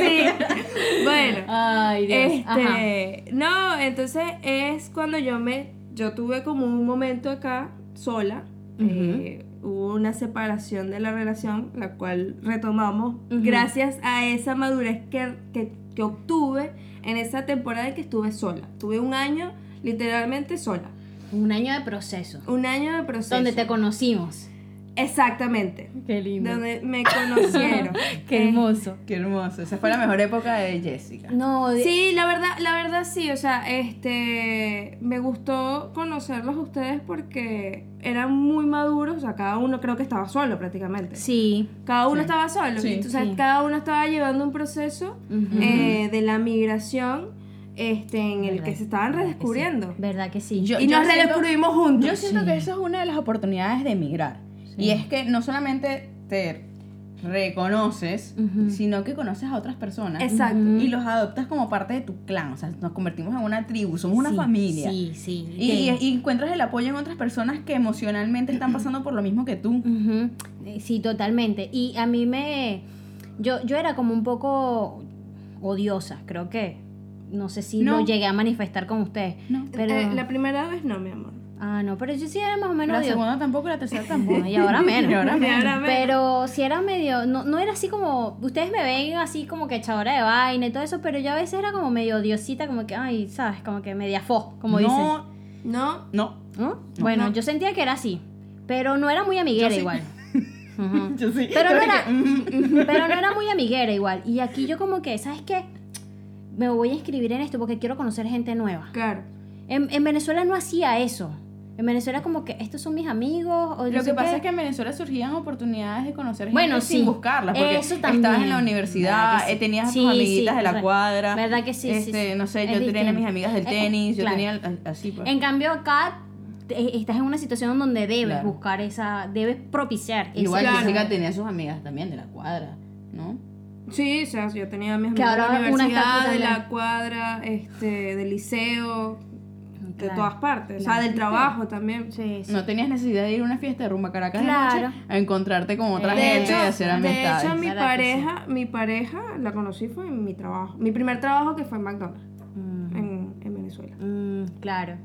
D: bueno.
B: Ay, Dios. Ah, Ajá.
D: Este, no, entonces es cuando yo me, yo tuve como un momento acá sola, eh, hubo una separación de la relación, la cual retomamos
B: Ujú.
D: gracias a esa madurez que, que, que obtuve en esa temporada que estuve sola. Tuve un año literalmente sola,
B: Un año de proceso.
D: un año de proceso.
B: Donde te conocimos.
D: Exactamente,
B: Qué lindo.
D: donde me conocieron.
B: Qué hermoso.
A: Qué hermoso. Esa fue la mejor época de Jessica.
B: No, de-
D: Sí, la verdad, la verdad sí, o sea, este, me gustó conocerlos a ustedes porque eran muy maduros, o sea, cada uno creo que estaba solo prácticamente.
B: sí.
D: Cada uno
A: Sí.
D: estaba solo,
A: Sí.
D: y tú sabes,
B: Sí.
D: cada uno estaba llevando un proceso
B: Ujú.
D: eh, de la migración este, en el que se estaban redescubriendo.
B: ¿Verdad que sí?
A: Yo-
D: Y nos
A: siento-
D: redescubrimos juntos.
A: Yo siento que esa es una de las oportunidades de emigrar. Y es que no solamente te reconoces,
B: Ujú.
A: sino que conoces a otras personas.
D: Exacto.
A: Y los adoptas como parte de tu clan. O sea, nos convertimos en una tribu, somos una
B: Sí,
A: familia.
B: Sí, sí.
A: Y,
B: Que-
A: y- y encuentras el apoyo en otras personas que emocionalmente están pasando por lo mismo que tú.
B: Ujú. Eh, Sí, totalmente. Y a mí me... Yo, yo era como un poco odiosa, creo que. No sé si
A: No.
B: lo llegué a manifestar con ustedes.
A: No.
B: Pero...
D: Eh, la primera vez no, mi amor.
B: Ah, no, pero yo sí era más o menos
A: la
B: odiosa.
A: segunda tampoco, la tercera tampoco.
B: No, y ahora menos.
A: Y ahora
D: Y
A: menos.
D: ahora ven.
B: Pero si era medio, no, no era así como, ustedes me ven así como que echadora de vaina y todo eso, pero yo a veces era como medio odiosita, como que, ay, sabes, como que media fo, como dicen.
A: no,
D: No,
A: no.
B: ¿Mm? Bueno, yo sentía que era así, pero no era muy amiguera
A: Yo sí.
B: igual. Ujú.
A: Yo sí.
B: Pero no
A: Yo
B: era-
A: dije, mm,
B: Pero no era muy amiguera igual. Y aquí yo como que, ¿sabes qué? Me voy a inscribir en esto porque quiero conocer gente nueva.
D: claro.
B: En, en Venezuela no hacía eso. En Venezuela como que estos son mis amigos. O
A: Lo que pasa es que en Venezuela surgían oportunidades de conocer gente
B: Bueno, sí.
A: sin buscarlas. Porque
B: Eso
A: Estabas
B: también.
A: en la
B: ¿Verdad
A: universidad,
B: que sí?
A: eh, tenías
B: Sí,
A: a tus
B: sí,
A: amiguitas de la
B: re-
A: cuadra.
B: ¿Verdad que sí? Sí,
A: Este,
B: sí.
A: no sé,
B: Es
A: yo tenía
B: distinto.
A: mis amigas del
B: Eh,
A: tenis, yo
B: claro.
A: tenía a- así pues.
B: En cambio acá eh, estás en una situación donde debes
A: Claro.
B: buscar esa, debes propiciar. ese-
A: Igual
D: claro.
A: Jessica tenía sus amigas también de la cuadra, ¿no?
D: Sí, o sea, yo tenía mis
B: Que
D: amigos de la
B: ahora una está aquí
D: universidad, de
B: también.
D: la cuadra, este, del liceo, de
B: Claro.
D: todas partes, o
B: Claro.
D: sea, del trabajo también.
B: Sí, sí.
A: No tenías necesidad de ir a una fiesta de rumba Caracas de
B: Claro.
A: noche a encontrarte con otra
B: De
A: gente
D: hecho,
A: y hacer
D: de
A: amistades.
D: hecho, mi
B: ¿Verdad que
D: pareja, mi pareja la conocí fue en mi trabajo, mi primer trabajo que fue en McDonald's,
B: Mm,
D: en, en Venezuela.
B: mm, claro.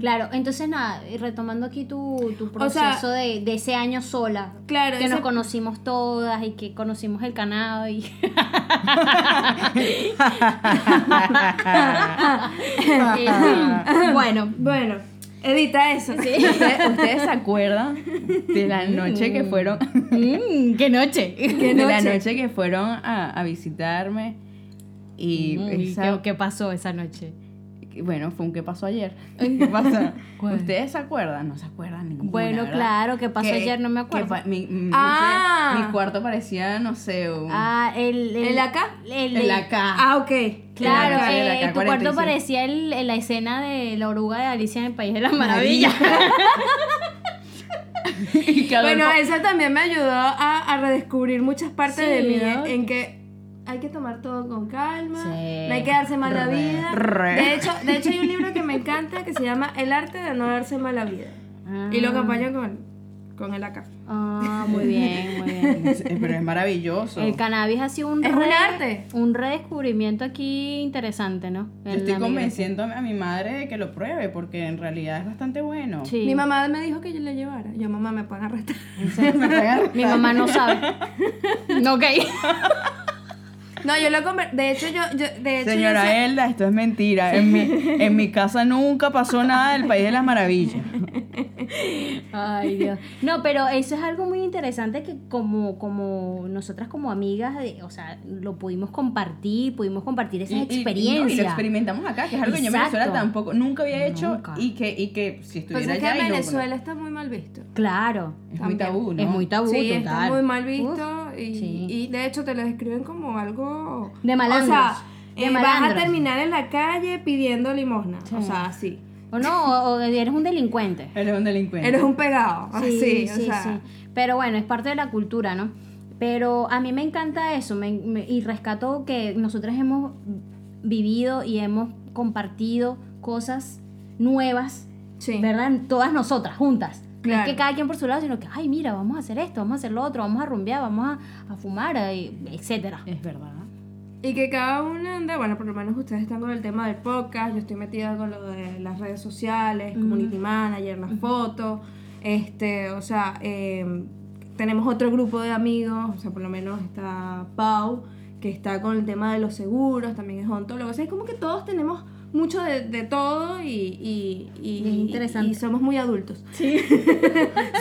B: Claro, entonces nada, y retomando aquí tu, tu
D: O sea,
B: proceso de, de ese año sola,
D: Claro,
B: que
D: ese-
B: nos conocimos todas y que conocimos el canal y bueno,
D: Bueno, edita eso.
A: ¿Ustedes, ustedes se acuerdan de la noche que fueron
B: mm, qué noche.
A: de la noche que fueron a, a visitarme Y
B: Mm, ¿y
A: esa-
B: ¿Qué, qué pasó esa noche?
A: bueno, fue un qué pasó ayer. ¿Qué pasa?
B: ¿Cuál?
A: ¿Ustedes se acuerdan? No se acuerdan ninguna,
B: Bueno,
A: ¿verdad?
B: claro, ¿qué pasó
A: Que-
B: ayer? No me
A: que
B: acuerdo.
A: pa- mi, mi-
D: Ah.
A: mi cuarto parecía, no sé, un,
B: Ah, el, el,
D: ¿El acá?
B: el-
A: Mm. el acá.
D: Ah, ok.
B: Claro,
A: El acá, el
B: eh,
A: acá,
B: tu
A: 45.
B: cuarto parecía el- el- la escena de la oruga de Alicia en el País de las Maravillas.
A: Y que Adolfo-
D: Bueno, esa también me ayudó a, a redescubrir muchas partes
B: Sí,
D: de mí
B: ¿no?
D: en que hay que tomar todo con calma,
B: Sí.
D: no hay que darse mala
A: Re,
D: vida.
A: re.
D: De hecho, de hecho hay un libro que me encanta que se llama El arte de no darse mala vida. Y
B: Mm.
D: lo acompaño con, con el acá.
B: Ah, muy bien, muy bien.
A: Eh, Pero es maravilloso.
B: El cannabis ha sido un,
D: Es un arte.
B: un redescubrimiento aquí interesante, ¿no?
A: Yo
B: En
A: estoy
B: la migración.
A: convenciendo a mi madre de que lo pruebe porque en realidad es bastante bueno.
B: Sí.
D: Mi mamá me dijo que yo lo llevara. Yo, mamá, me pueden arrestar.
B: Mi mamá no sabe. No, ok.
D: No, yo lo conver- De hecho, yo. yo de hecho, yo sé-
B: eh,
A: Señora Elda, esto es mentira. En mi, en mi casa nunca pasó nada del País de las Maravillas.
B: Ay, Dios. No, pero eso es algo muy interesante que como, como nosotras como amigas, de- o sea, lo pudimos compartir, pudimos compartir esas
A: Y- y-
B: experiencias.
A: Y, no, y lo experimentamos acá, que es algo que yo en
B: Exacto.
A: Venezuela tampoco, nunca había hecho
B: Nunca.
A: y que, y que si
D: Pues
A: estuviera
D: es que
A: allá
D: en
A: y no-
D: Venezuela está muy mal visto.
B: Claro.
A: es muy tabú, ¿no?
B: Es muy tabú,
D: sí,
B: total.
D: está muy mal
B: Uf.
D: visto. y,
B: sí.
D: y de hecho, te lo describen como algo.
B: De malandros,
D: O sea,
B: de
D: eh, vas a
B: malandros.
D: terminar en la calle pidiendo limosna. O sea, así.
B: O no, o, o eres un delincuente.
A: Eres un delincuente.
D: Eres un pegado. Así, Ah, o sea.
B: sí. Pero bueno, es parte de la cultura, ¿no? Pero a mí me encanta eso me- me- y rescato que nosotras hemos vivido y hemos compartido cosas nuevas,
D: Sí.
B: ¿verdad? Todas nosotras, juntas. No
D: Claro.
B: es que cada quien por su lado, sino que, ay, mira, vamos a hacer esto, vamos a hacer lo otro, vamos a rumbear, vamos a, a fumar, eh, etcétera.
A: Es verdad.
D: Y que cada una anda, bueno, por lo menos ustedes están con el tema del podcast, yo estoy metida con lo de las redes sociales, community manager, las fotos, este, o sea, eh, tenemos otro grupo de amigos, o sea, por lo menos está Pau, que está con el tema de los seguros, también es ontólogo, o sea, es como que todos tenemos mucho de, de todo y, y, y-
B: Y es interesante.
D: y somos muy adultos. Sí.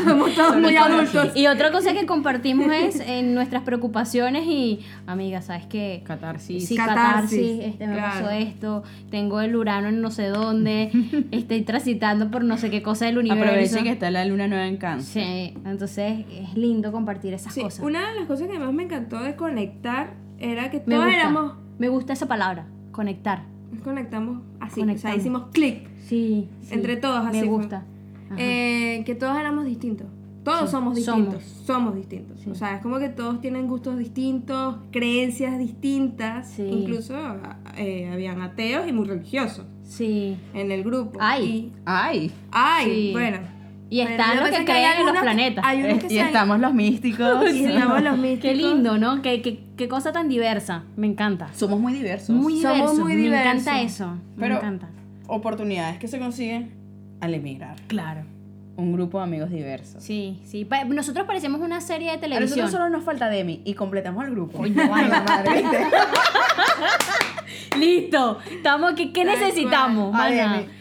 D: somos todos muy adultos.
B: Y otra cosa que compartimos es en nuestras preocupaciones y, amiga, ¿sabes qué?
A: Catarsis.
B: Sí, catarsis,
D: Catarsis,
B: este, me
D: claro.
B: pasó esto, tengo el Urano en no sé dónde, estoy transitando por no sé qué cosa del universo.
A: Aprovechen que está la luna nueva en cáncer.
B: Sí, entonces es lindo compartir esas
D: Sí,
B: cosas.
D: una de las cosas que más me encantó de conectar era que
B: me,
D: todos
B: gusta,
D: éramos...
B: me gusta esa palabra, conectar.
D: Nos conectamos así, o sea,
B: Conectamos.
D: hicimos clic
B: Sí, sí,
D: entre todos así.
B: Me
D: fue.
B: gusta. Ajá.
D: Eh, que todos éramos distintos. Todos somos distintos. Somos, distintos.
B: Sí.
D: O sea, es como que todos tienen gustos distintos, creencias distintas.
B: Sí.
D: Incluso a- eh, habían ateos y muy religiosos
B: sí.
D: en el grupo.
B: Ay.
D: Y-
A: Ay.
D: ay,
B: Sí.
D: bueno.
B: Y
D: Pero
B: están
D: yo
B: los
D: pensé
B: que
D: hay
B: creen en los
D: algunos que-
B: planetas. Eh,
D: Hay unos
A: Es-
D: que
A: y
D: se-
A: estamos los místicos.
D: y estamos los
B: Qué
D: místicos.
B: lindo, ¿no? Qué, qué, qué cosa tan diversa. Me encanta.
A: Somos muy diversos.
B: Muy
D: Somos
B: diverso.
D: muy
B: Me
D: diversos.
B: encanta eso.
A: Pero-
B: me encanta.
A: Oportunidades que se consiguen al emigrar.
B: Claro.
A: Un grupo de amigos diversos.
B: Sí, sí. Pa- Nosotros parecemos una serie de
A: A
B: televisión.
A: nosotros solo nos falta Demi y completamos el grupo.
B: Listo. Estamos aquí. ¿Qué
D: Tal
B: necesitamos?
A: cual.
B: Mana?
A: A ver.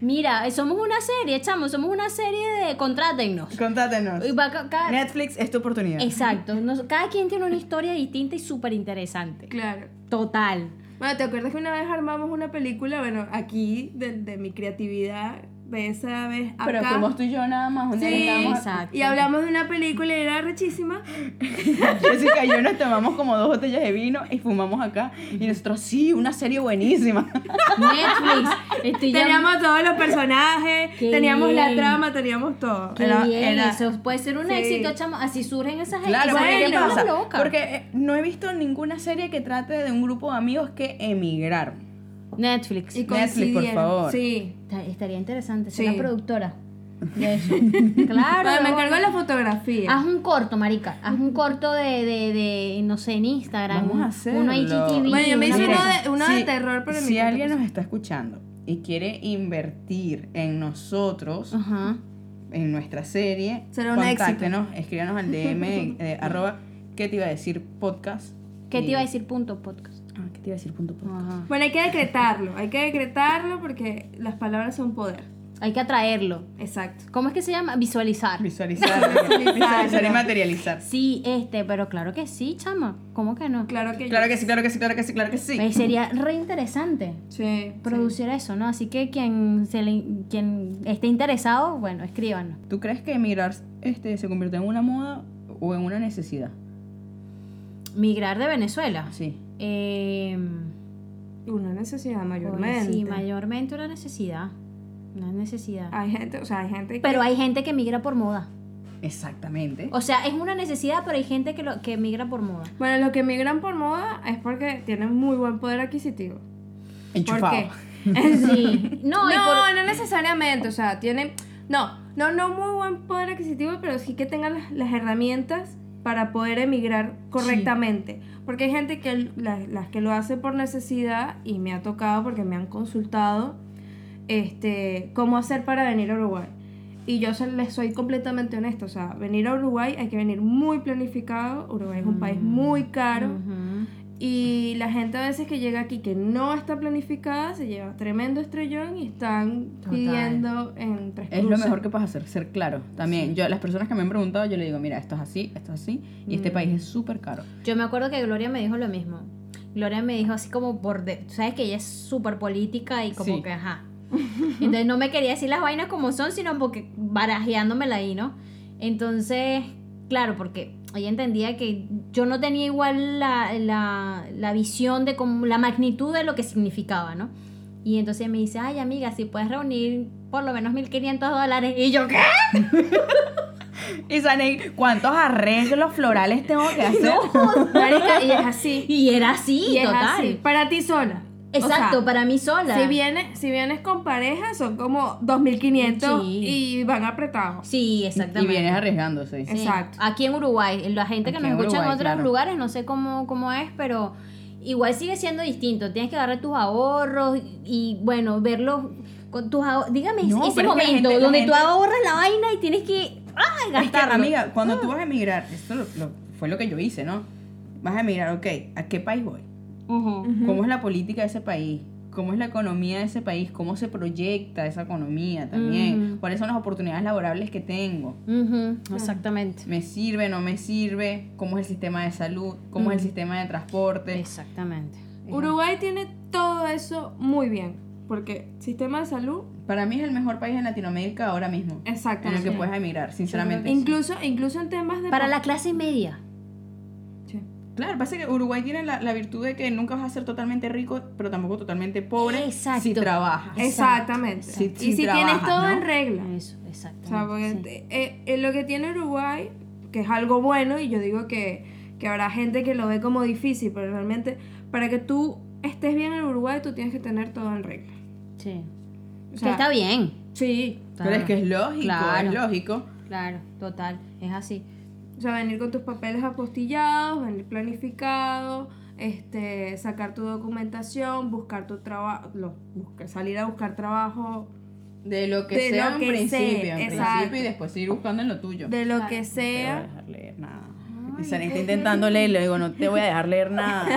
B: Mira, eh, somos una serie, chamo. Somos una serie de contrátennos.
A: Contátenos.
B: Y va ca- cada-
A: Netflix es tu oportunidad.
B: Exacto. nos- cada quien tiene una historia distinta y súper interesante.
D: Claro.
B: Total.
D: Bueno, ¿te acuerdas que una vez armamos una película? Bueno, aquí, de, de mi creatividad, de esa vez acá.
A: Pero fuimos tú y yo nada más. Un día
D: Sí,
A: estábamos-
B: exacto.
D: Y hablamos de una película y era rechísima.
A: Jessica y yo nos tomamos como dos botellas de vino y fumamos acá. Y nosotros, sí, una serie buenísima.
B: Netflix. Estoy ya-
D: Teníamos todos los personajes,
B: Qué
D: teníamos la
B: bien.
D: trama, teníamos todo.
B: Qué
D: Era-
B: bien,
D: era-
B: eso puede ser un
D: Sí.
B: éxito, chamo. Así surgen esas
A: Claro,
B: esas
A: porque ¿qué
B: películas
A: pasa?
B: locas.
A: Porque eh, no he visto ninguna serie que trate de un grupo de amigos que emigraron.
B: Netflix.
D: Y
A: Netflix, por
D: coincidieron.
A: favor.
D: Sí.
B: Está- Estaría interesante ser
D: Sí.
B: la productora de eso. claro. Ah.
D: Bueno, me encargó
B: vamos.
D: la fotografía.
B: Haz un corto, marica. Haz un corto de, de, de no sé, en Instagram.
A: Vamos a hacerlo.
B: Uno IGTV.
D: Bueno, yo me hice
B: una
D: uno
B: cosa.
D: de, uno de
A: Si-
D: terror, pero
A: Si
D: mi cuenta
A: alguien
D: personal.
A: nos está escuchando y quiere invertir en nosotros,
B: Ajá.
A: en nuestra serie,
D: Será un éxito.
A: contáctenos, escríbanos al DM, eh, arroba, ¿qué te iba a decir? Podcast.
B: ¿Qué te
A: Y-
B: iba a decir? Punto podcast.
A: Ah, ¿qué te iba a decir? Punto podcast.
B: Ajá.
D: Bueno, hay que decretarlo, hay que decretarlo porque las palabras son poder.
B: Hay que atraerlo.
D: Exacto.
B: ¿Cómo es que se llama? Visualizar.
A: Visualizar, visualizar y materializar.
B: Sí, este, pero claro que sí, chama. ¿Cómo que no?
D: Claro que
A: Claro que sí, claro que sí, claro que sí, claro que sí.
B: Eh, sería re interesante
D: Sí.
B: producir eso, ¿no? Así que quien, se le- quien esté interesado, bueno, escríbanos.
A: ¿Tú crees que emigrar este, se convierte en una moda o en una necesidad?
B: Migrar de Venezuela.
A: Sí.
B: Eh,
D: Una necesidad
B: Pues
D: mayormente.
B: Sí, mayormente una necesidad. Una necesidad.
D: Hay gente, o sea, hay gente que...
B: Pero hay gente que migra por moda.
A: Exactamente.
B: O sea, es una necesidad, pero hay gente que, lo, que migra por moda.
D: Bueno, los que migran por moda es porque tienen muy buen poder adquisitivo. ¿Por
A: Enchufado.
D: qué?
B: Sí. No,
D: No,
B: y por-
D: no necesariamente, o sea, tienen... No, no, no muy buen poder adquisitivo, pero sí que tengan las, las herramientas para poder emigrar correctamente. Porque hay gente que l- las, las que lo hace por necesidad y me ha tocado porque me han consultado este, cómo hacer para venir a Uruguay. Y yo se- les soy completamente honesta, o sea, venir a Uruguay hay que venir muy planificado, Uruguay es un
B: Mm,
D: país muy caro.
B: Ujú.
D: Y la gente a veces que llega aquí que no está planificada se lleva tremendo estrellón y están
B: Total.
D: pidiendo en tres
A: Es lo
D: cruces.
A: mejor que puedes hacer, ser claro. También, yo, las personas que me han preguntado, yo le digo, mira, esto es así, esto es así, y este país es súper caro.
B: Yo me acuerdo que Gloria me dijo lo mismo. Gloria me dijo así como por... De... Tú sabes que ella es súper política y como
A: Sí.
B: que, ajá. Entonces no me quería decir las vainas como son, sino porque barajeándomela ahí, ¿no? Entonces, claro, porque ella entendía que yo no tenía igual la, la, la visión de cómo, la magnitud de lo que significaba, ¿no? Y entonces me dice, ay amiga, si puedes reunir por lo menos 1.500 dólares. Y yo, ¿qué?
A: Y Sané, ¿cuántos arreglos florales tengo que hacer?
D: Marica, y es así.
B: Y era así,
D: Y es
B: total.
D: así. Para ti sola. O sea,
B: Exacto, para mí sola.
D: si, vienes, si vienes con pareja son como 2.500
B: Sí.
D: y van apretados.
B: Sí,
A: Y
B: exactamente.
A: vienes arriesgándose.
B: Sí,
D: Exacto.
B: Aquí en Uruguay, la gente que
A: Aquí
B: nos
A: en
B: escucha en
A: Uruguay,
B: otros
A: claro.
B: lugares, no sé cómo, cómo es, pero igual sigue siendo distinto. Tienes que agarrar tus ahorros y, bueno, verlos con tus ahorros. Dígame
A: No,
B: ese
A: pero es que la
B: momento
A: gente- la
B: donde tú
A: gente-
B: ahorras la vaina y tienes que ah,
A: Es que,
B: gastarlo.
A: amiga, cuando tú vas a emigrar, esto lo- lo- fue lo que yo hice, ¿no? Vas a emigrar, ok, ¿a qué país voy?
B: Ujú.
A: ¿Cómo es la política de ese país? ¿Cómo es la economía de ese país? ¿Cómo se proyecta esa economía también?
B: Ujú.
A: ¿Cuáles son las oportunidades laborables que tengo?
B: Ujú, Exactamente.
A: ¿Me sirve, no me sirve? ¿Cómo es el sistema de salud? ¿Cómo
D: Mm.
A: es el sistema de transporte?
B: Exactamente.
D: Uruguay tiene todo eso muy bien. Porque sistema de salud,
A: Para mí es el mejor país en Latinoamérica ahora mismo. En el
D: exactamente.
A: que puedes emigrar, sinceramente.
D: Incluso, incluso en temas de...
B: Para la clase media.
D: Sí.
A: Claro, pasa que Uruguay tiene la, la virtud de que nunca vas a ser totalmente rico, pero tampoco totalmente pobre
B: Exacto.
A: si trabajas.
D: Exactamente.
A: Si-
D: y
A: si
D: si tienes
A: trabajas,
D: todo
A: ¿no?
D: en regla.
B: Eso,
D: O sea, porque
B: exactamente. sí.
D: te- eh, eh, lo que tiene Uruguay, que es algo bueno, y yo digo que, que habrá gente que lo ve como difícil, pero realmente para que tú estés bien en Uruguay, tú tienes que tener todo en regla.
B: Sí.
D: O sea,
B: que está bien.
D: Sí.
A: Pero es que es lógico,
B: Claro.
A: es lógico.
B: Claro, total. Es así.
D: O sea, venir con tus papeles apostillados, venir planificado, este, sacar tu documentación, buscar tu trabajo, salir a buscar trabajo,
A: De lo que
D: De
A: sea
D: lo
A: en
D: que
A: principio,
D: sea,
A: en
D: exacto.
A: principio y después seguir buscando en lo tuyo.
D: de lo
A: No te voy
D: que
A: a
D: sea.
A: dejar leer nada. Y Sara está intentando leer, le digo, no te voy a dejar leer nada.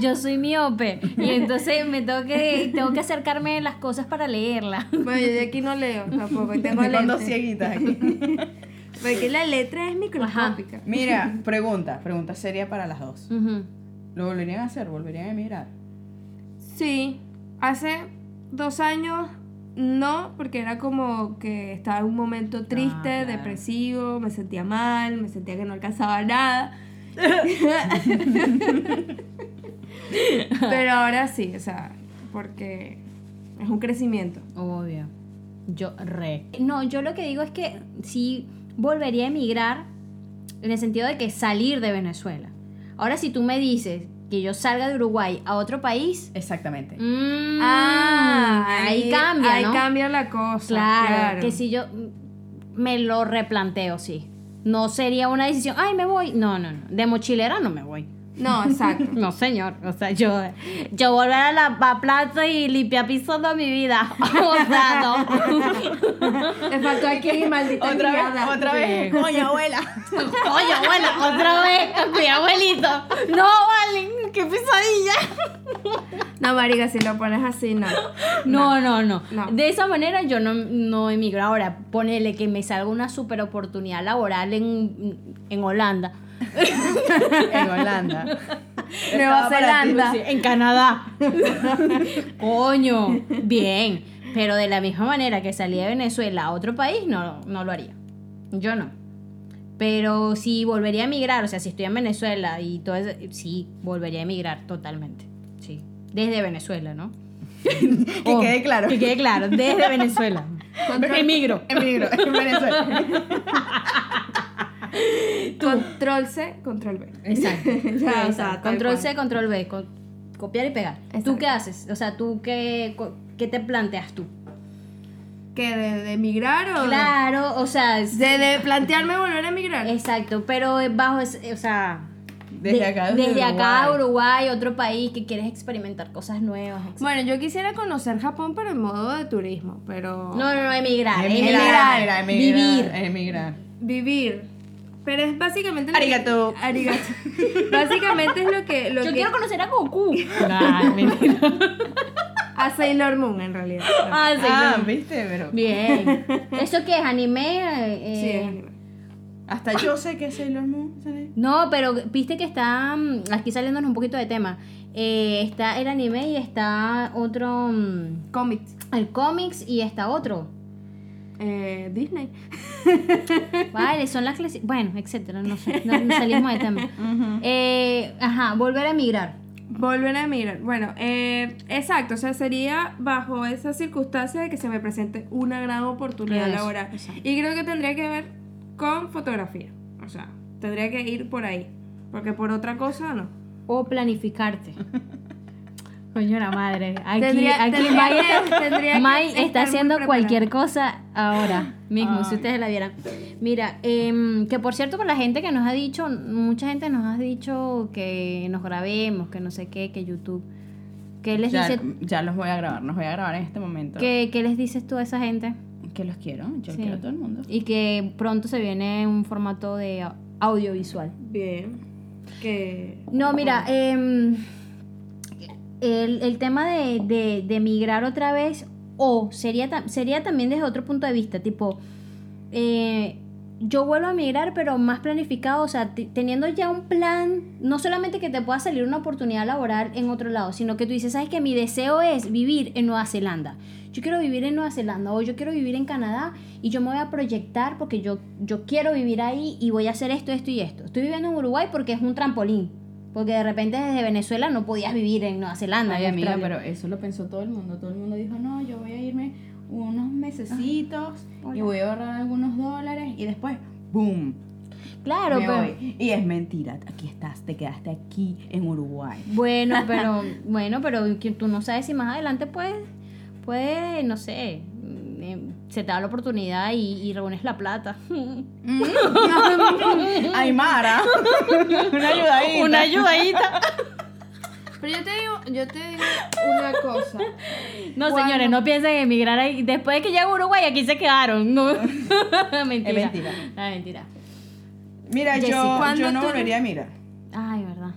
B: Yo soy miope y entonces me tengo que, tengo que acercarme a las cosas para leerla.
D: Bueno, yo de aquí no leo tampoco, y tengo
A: Estoy con dos
D: lentes.
A: cieguitas aquí.
D: Porque la letra es microscópica.
A: Mira, pregunta, pregunta seria para las dos.
B: Ujú.
A: ¿Lo volverían a hacer? ¿Volverían a emigrar?
D: Sí, hace dos años no, porque era como que estaba en un momento triste,
A: claro.
D: depresivo, me sentía mal, me sentía que no alcanzaba nada. Pero ahora sí, o sea, porque es un crecimiento.
B: Obvio. Yo re. No, yo lo que digo es que sí volvería a emigrar en el sentido de que salir de Venezuela. Ahora, si tú me dices que yo salga de Uruguay a otro país,
A: Exactamente.
B: mm, ahí,
D: Ah, ahí-
B: cambia,
D: Ahí
B: ¿no?
D: cambia la cosa.
B: Claro,
D: Claro,
B: que si yo mm, me lo replanteo, sí. No sería una decisión, ay, me voy. No, no, no. De mochilera no me voy.
D: No, exacto.
B: No, señor. O sea, yo, yo volver a la pa- plaza y limpiar piso toda mi vida. O sea, no.
D: Le faltó aquí, maldita
A: Otra vez,
D: criada.
A: otra vez. Coño, abuela.
B: Oye, abuela, otra vez. Mi abuelito. No, vale. ¡Qué pesadilla!
D: No, marica, si lo pones así, no.
B: No, no, no,
D: No.
B: De esa manera yo no, no emigro. Ahora, ponele que me salga una super oportunidad laboral en, en Holanda.
A: En Holanda.
D: Nueva
A: Estaba para ti.
D: Zelanda.
B: Sí, en Canadá. Coño, bien. Pero de la misma manera que salí de Venezuela a otro país, no, no lo haría. Yo no. Pero si volvería a emigrar, o sea, si estoy en Venezuela y todo eso, sí, volvería a emigrar totalmente. Sí. Desde Venezuela, ¿no? que
A: quede claro.
B: Que quede claro, desde Venezuela. Emigro.
A: Emigro, en Venezuela.
D: Control C, control B.
B: Exacto.
D: Ya, o sea,
B: Exacto.
D: tal
B: control
D: cual.
B: C, control B. co- copiar y pegar. ¿Tú
D: Exacto.
B: qué haces? O sea, ¿tú qué, co- qué te planteas tú?
D: ¿Que de, de emigrar o de-
B: Claro, o sea, es-
D: de, de plantearme volver a emigrar?
B: exacto, pero es bajo, ese- o sea,
A: Desde
B: de-
A: acá, desde
B: desde acá
A: Uruguay.
B: Uruguay, otro país que quieres experimentar cosas nuevas. etc.
D: Bueno, yo quisiera conocer Japón, pero en modo de turismo, pero...
B: No, no, no, emigrar, emigrar,
A: Emigrar, emigrar,
B: vivir.
A: Emigrar.
D: Vivir. Pero es básicamente... lo que-
A: Arigato.
D: Arigato. básicamente es lo que... Lo
B: Yo
D: que
B: quiero conocer a Goku.
D: A Sailor Moon, en realidad. No.
B: Ah, sí,
A: Ah,
B: bien.
A: viste, pero.
B: Bien. ¿Eso qué es anime? Eh,
D: Sí, es anime.
A: Hasta yo sé que es Sailor Moon. ¿sabes?
B: No, pero viste que está mm, aquí saliéndonos un poquito de tema. eh, está el anime y está otro mm,
D: Cómics.
B: el cómics y está otro.
D: Eh, Disney.
B: Vale, son las clases. Bueno, etcétera, no sé. No, no salimos de tema. Eh, ajá, volver a emigrar.
D: Volver a emigrar. Bueno, eh, exacto. O sea, sería bajo esa circunstancia de que se me presente una gran oportunidad
B: Eso,
D: laboral.
B: exacto.
D: Y creo que tendría que ver con fotografía. O sea, tendría que ir por ahí. Porque por otra cosa no.
B: O planificarte. Coño la madre. Aquí,
D: Tendría-
B: aquí
D: tendría
B: May,
D: que- tendría que
B: May
D: estar
B: está
D: muy
B: haciendo
D: preparada.
B: cualquier cosa ahora mismo, si ustedes la vieran. Mira, em, que por cierto, con la gente que nos ha dicho, mucha gente nos ha dicho que nos grabemos, que no sé qué, que YouTube. ¿Qué les,
A: Ya,
B: dice,
A: ya los voy a grabar, los voy a grabar en este momento.
B: qué, qué les dices tú a esa gente?
A: Que los quiero, yo
B: Sí.
A: quiero a todo el mundo.
B: Y que pronto se viene un formato de au- audiovisual.
D: Bien. Que.
B: No, mira, em, el, el tema de, de, de emigrar otra vez, o sería, ta- sería también desde otro punto de vista, tipo, eh, yo vuelvo a emigrar, pero más planificado, o sea, te- teniendo ya un plan, no solamente que te pueda salir una oportunidad laboral en otro lado, sino que tú dices, sabes que mi deseo es vivir en Nueva Zelanda. Yo quiero vivir en Nueva Zelanda o yo quiero vivir en Canadá y yo me voy a proyectar porque yo, yo quiero vivir ahí y voy a hacer esto, esto y esto. Estoy viviendo en Uruguay porque es un trampolín. Porque de repente desde Venezuela no podías vivir en Nueva Zelanda.
A: Ay,
B: en
A: amiga,
B: Australia.
A: pero eso lo pensó todo el mundo. Todo el mundo dijo, no, yo voy a irme unos mesecitos y voy a ahorrar algunos dólares y después, ¡boom!
B: Claro,
A: me
B: pero...
A: voy. Y es mentira, aquí estás, te quedaste aquí en Uruguay.
B: Bueno, pero bueno, pero que tú no sabes si más adelante puedes, puedes, no sé, mm, em, se te da la oportunidad y, y reúnes la plata.
A: Aymara, una ayudadita.
B: Una ayudadita.
D: Pero yo te digo, yo te digo una cosa.
B: No, señores, no piensen en emigrar ahí. Después de que llegó a Uruguay, aquí se quedaron. No. mentira.
A: Es mentira.
B: Ah, mentira.
A: Mira,
B: Jessica,
A: yo,
D: ¿cuándo
A: yo no
D: tú-
A: volvería a mirar.
B: Ay, verdad.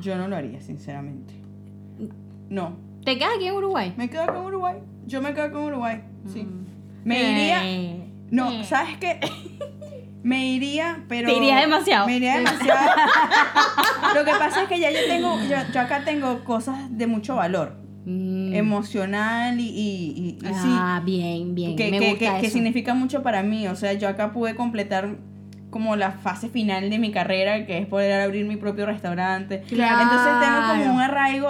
A: Yo no lo haría, sinceramente. No,
B: ¿Te quedas aquí en Uruguay?
A: me quedo con Uruguay. Yo me quedo con Uruguay, sí. Me iría.
B: Mm. Eh,
A: No, ¿sabes qué? Me iría, pero.
B: Te irías demasiado.
A: Me iría demasiado. Lo que pasa es que ya yo tengo. Yo, yo acá tengo cosas de mucho valor.
B: mm.
A: Emocional y. y, y- y sí,
B: Ah, bien, bien.
A: que,
B: Me
A: que-
B: gusta
A: que- que
B: eso.
A: significa mucho para mí. O sea, yo acá pude completar como la fase final de mi carrera, que es poder abrir mi propio restaurante.
B: Claro.
A: Entonces tengo como un arraigo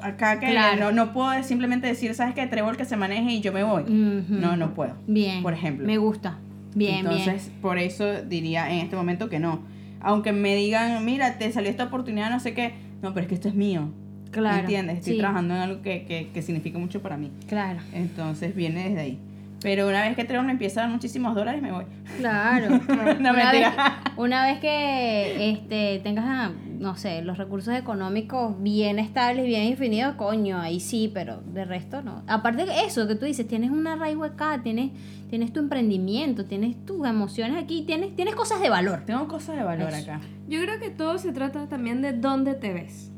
A: acá que no,
B: Claro.
A: no puedo simplemente decir, ¿sabes qué? Trébol que se maneje y yo me voy.
B: Ujú.
A: No, no puedo.
B: Bien.
A: Por ejemplo.
B: Me gusta. Bien, bien.
A: Entonces, por eso diría en este momento que no. Aunque me digan, mira, te salió esta oportunidad, no sé qué. No, pero es que esto es mío.
B: Claro,
A: ¿Me entiendes? Estoy
B: sí.
A: trabajando en algo que, que, que significa mucho para mí.
B: Claro.
A: Entonces viene desde ahí. Pero una vez que Trevor me empieza a dar muchísimos dólares, me voy.
B: Claro.
A: No,
B: una, vez,
A: mentira.
B: una vez que este, tengas, ah, no sé, los recursos económicos bien estables, bien definidos, coño, ahí sí, pero de resto no. Aparte de eso que tú dices, tienes un arraigo acá, tienes, tienes tu emprendimiento, tienes tus emociones aquí, tienes, tienes cosas de valor.
A: Tengo cosas de valor
B: Eso.
A: acá.
D: Yo creo que todo se trata también de dónde te ves.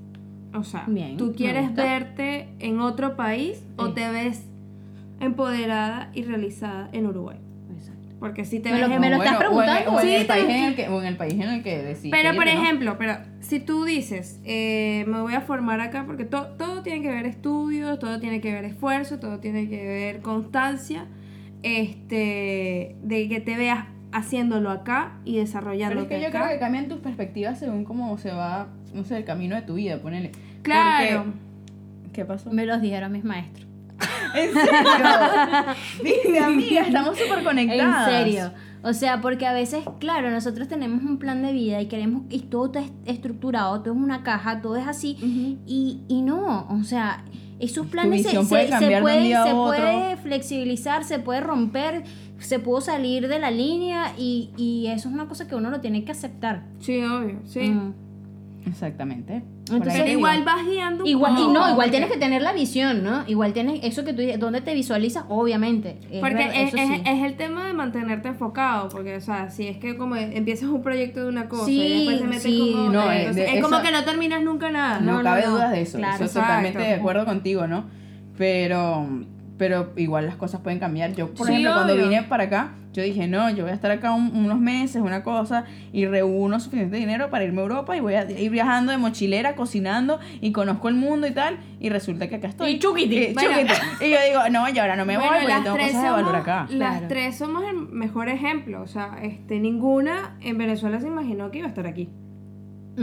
D: O sea,
B: Bien,
D: tú
B: me
D: quieres
B: gusta.
D: verte en otro país o
B: Sí.
D: te ves empoderada y realizada en Uruguay.
B: Exacto.
D: Porque si te
B: Me
D: ves em-
B: lo-
D: en-
B: me lo- estás preguntando.
A: O en, o en
D: Sí,
A: el país en
D: tranquila.
A: el que, o en el país en el que decís.
D: Pero, por
A: que no.
D: ejemplo, pero si tú dices, eh, me voy a formar acá, porque to- todo tiene que ver estudios, todo tiene que ver esfuerzo, todo tiene que ver constancia, este, de que te veas haciéndolo acá y
A: Pero es
D: desarrollándote
A: que yo
D: acá.
A: creo que cambian tus perspectivas según cómo se va, no sé, el camino de tu vida, ponele.
D: Claro.
A: Porque- ¿Qué pasó?
B: Me los dijeron mis maestros.
A: ¿En serio? Dime, amiga, estamos súper
B: En
A: conectadas.
B: serio. O sea, porque a veces, claro, nosotros tenemos un plan de vida y queremos, y todo está est- estructurado, todo es una caja, todo es así. y, y no, o sea, esos planes se,
A: visión
B: se-
A: puede
B: se
A: cambiar de un
B: pueden-
A: día a
B: se
A: otro.
B: puede flexibilizar, se puede romper, se pudo salir de la línea y, y eso es una cosa que uno lo tiene que aceptar.
D: Sí, obvio, sí.
B: Mm.
A: Exactamente. Por ahí
B: Entonces,
D: Pero
A: te digo.
D: igual vas guiando un
B: Igual, y
D: poco,
B: no, igual
D: porque-
B: tienes que tener la visión, ¿no? Igual tienes eso que tú dices, ¿dónde te visualizas? Obviamente. es
D: Porque
B: verdad,
D: es,
B: eso
D: es-
B: sí.
D: es el tema de mantenerte enfocado, porque, o sea, si es que como empiezas un proyecto de una cosa
B: Sí,
D: y después te metes
B: sí.
D: con otra,
A: No, eh,
D: entonces
A: de-
D: es como
A: eso-
D: que no terminas nunca nada.
A: No,
B: No,
A: cabe
B: no, no.
A: dudas de eso.
B: Claro.
A: Eso
D: Exacto.
A: totalmente de acuerdo contigo, ¿no? Pero, pero igual las cosas pueden cambiar. Yo, por
D: Sí,
A: ejemplo, cuando
D: obvio.
A: vine para acá, yo dije, no, yo voy a estar acá un- unos meses, una cosa, y reúno suficiente dinero para irme a Europa y voy a ir viajando de mochilera, cocinando, y conozco el mundo y tal, y resulta que acá estoy.
B: Y chuquiti.
A: Y,
D: Bueno.
A: chuquiti. Y yo digo, no, yo ahora no me voy
D: Bueno,
A: porque tengo cosas de valor acá.
D: las
B: Claro.
D: tres somos el mejor ejemplo. O sea, este, ninguna en Venezuela se imaginó que iba a estar aquí.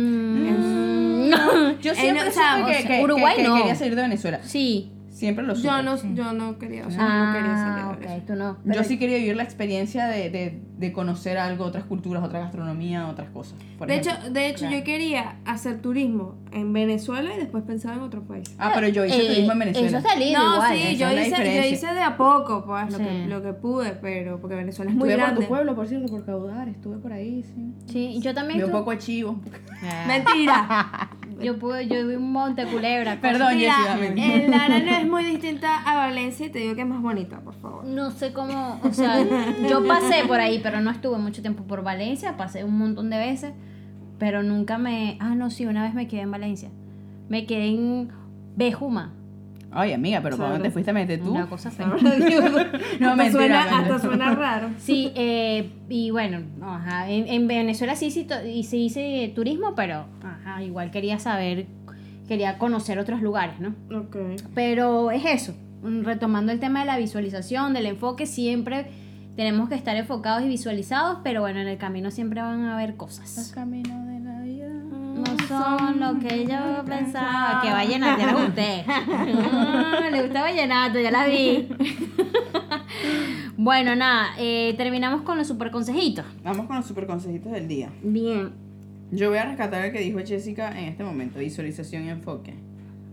B: Mm,
A: Yo
D: En-
A: siempre
D: o sea,
A: supe que,
B: o sea,
A: que- que-
B: Uruguay
A: que
B: no.
A: quería salir de Venezuela.
B: Sí.
A: Siempre lo supe.
D: Yo no, yo no quería, o sea, no quería
B: Ah,
D: salir de Venezuela.
B: ok, tú no.
A: Yo sí quería vivir la experiencia de, de- de conocer algo, otras culturas, otra gastronomía, otras cosas. por
D: De hecho,
A: ejemplo.
D: de hecho yo quería hacer turismo en Venezuela y después pensaba en otro país.
A: Ah, pero yo hice
B: Eh,
A: turismo en Venezuela.
B: Eso está lindo
D: No,
B: igual, eh.
D: sí,
A: esa
D: yo
A: es eh, la
D: hice, yo
A: diferencia.
D: hice de a poco, pues, lo,
B: Sí.
D: que, lo que pude, pero porque Venezuela es muy
A: Estuve por
D: grande.
A: tu pueblo, por cierto, por Caudar, estuve por ahí, sí.
B: Sí, yo también.
A: Vi un
B: estuve-
A: poco de chivo.
B: Ah.
D: Mentira.
B: Yo pude, yo vi un monte culebra.
A: Perdón, Jessica,
D: Mira,
A: mentira.
D: el Eh, Lara no es muy distinta a Valencia y te digo que es más bonita, por favor.
B: No sé cómo, o sea, yo pasé por ahí, pero no estuve mucho tiempo por Valencia, pasé un montón de veces, pero nunca me, ah, no, sí, una vez me quedé en Valencia. Me quedé en Bejuma.
A: Ay, amiga, pero ¿para
D: Claro.
A: dónde te fuiste a meter tú?
B: Una cosa fea.
A: No,
D: hasta,
A: mentira,
D: suena,
A: mentira.
D: hasta suena raro.
B: Sí, eh, y bueno, no, ajá, en, en Venezuela sí, sí, hice, hice turismo, pero ajá, igual quería saber, quería conocer otros lugares, ¿no?
D: Ok.
B: Pero es eso, mm, retomando el tema de la visualización, del enfoque, siempre tenemos que estar enfocados y visualizados, pero bueno, en el camino siempre van a haber
A: Los
B: cosas.
A: caminos de la vida.
B: No son lo que yo pensaba. Que vallenato, ya le gusté. Ah, le gusta vallenato, ya la vi. Bueno, nada, eh, terminamos con los super consejitos.
A: Vamos con los super consejitos del día.
B: Bien.
A: Yo voy a rescatar el que dijo Jessica en este momento, visualización y enfoque.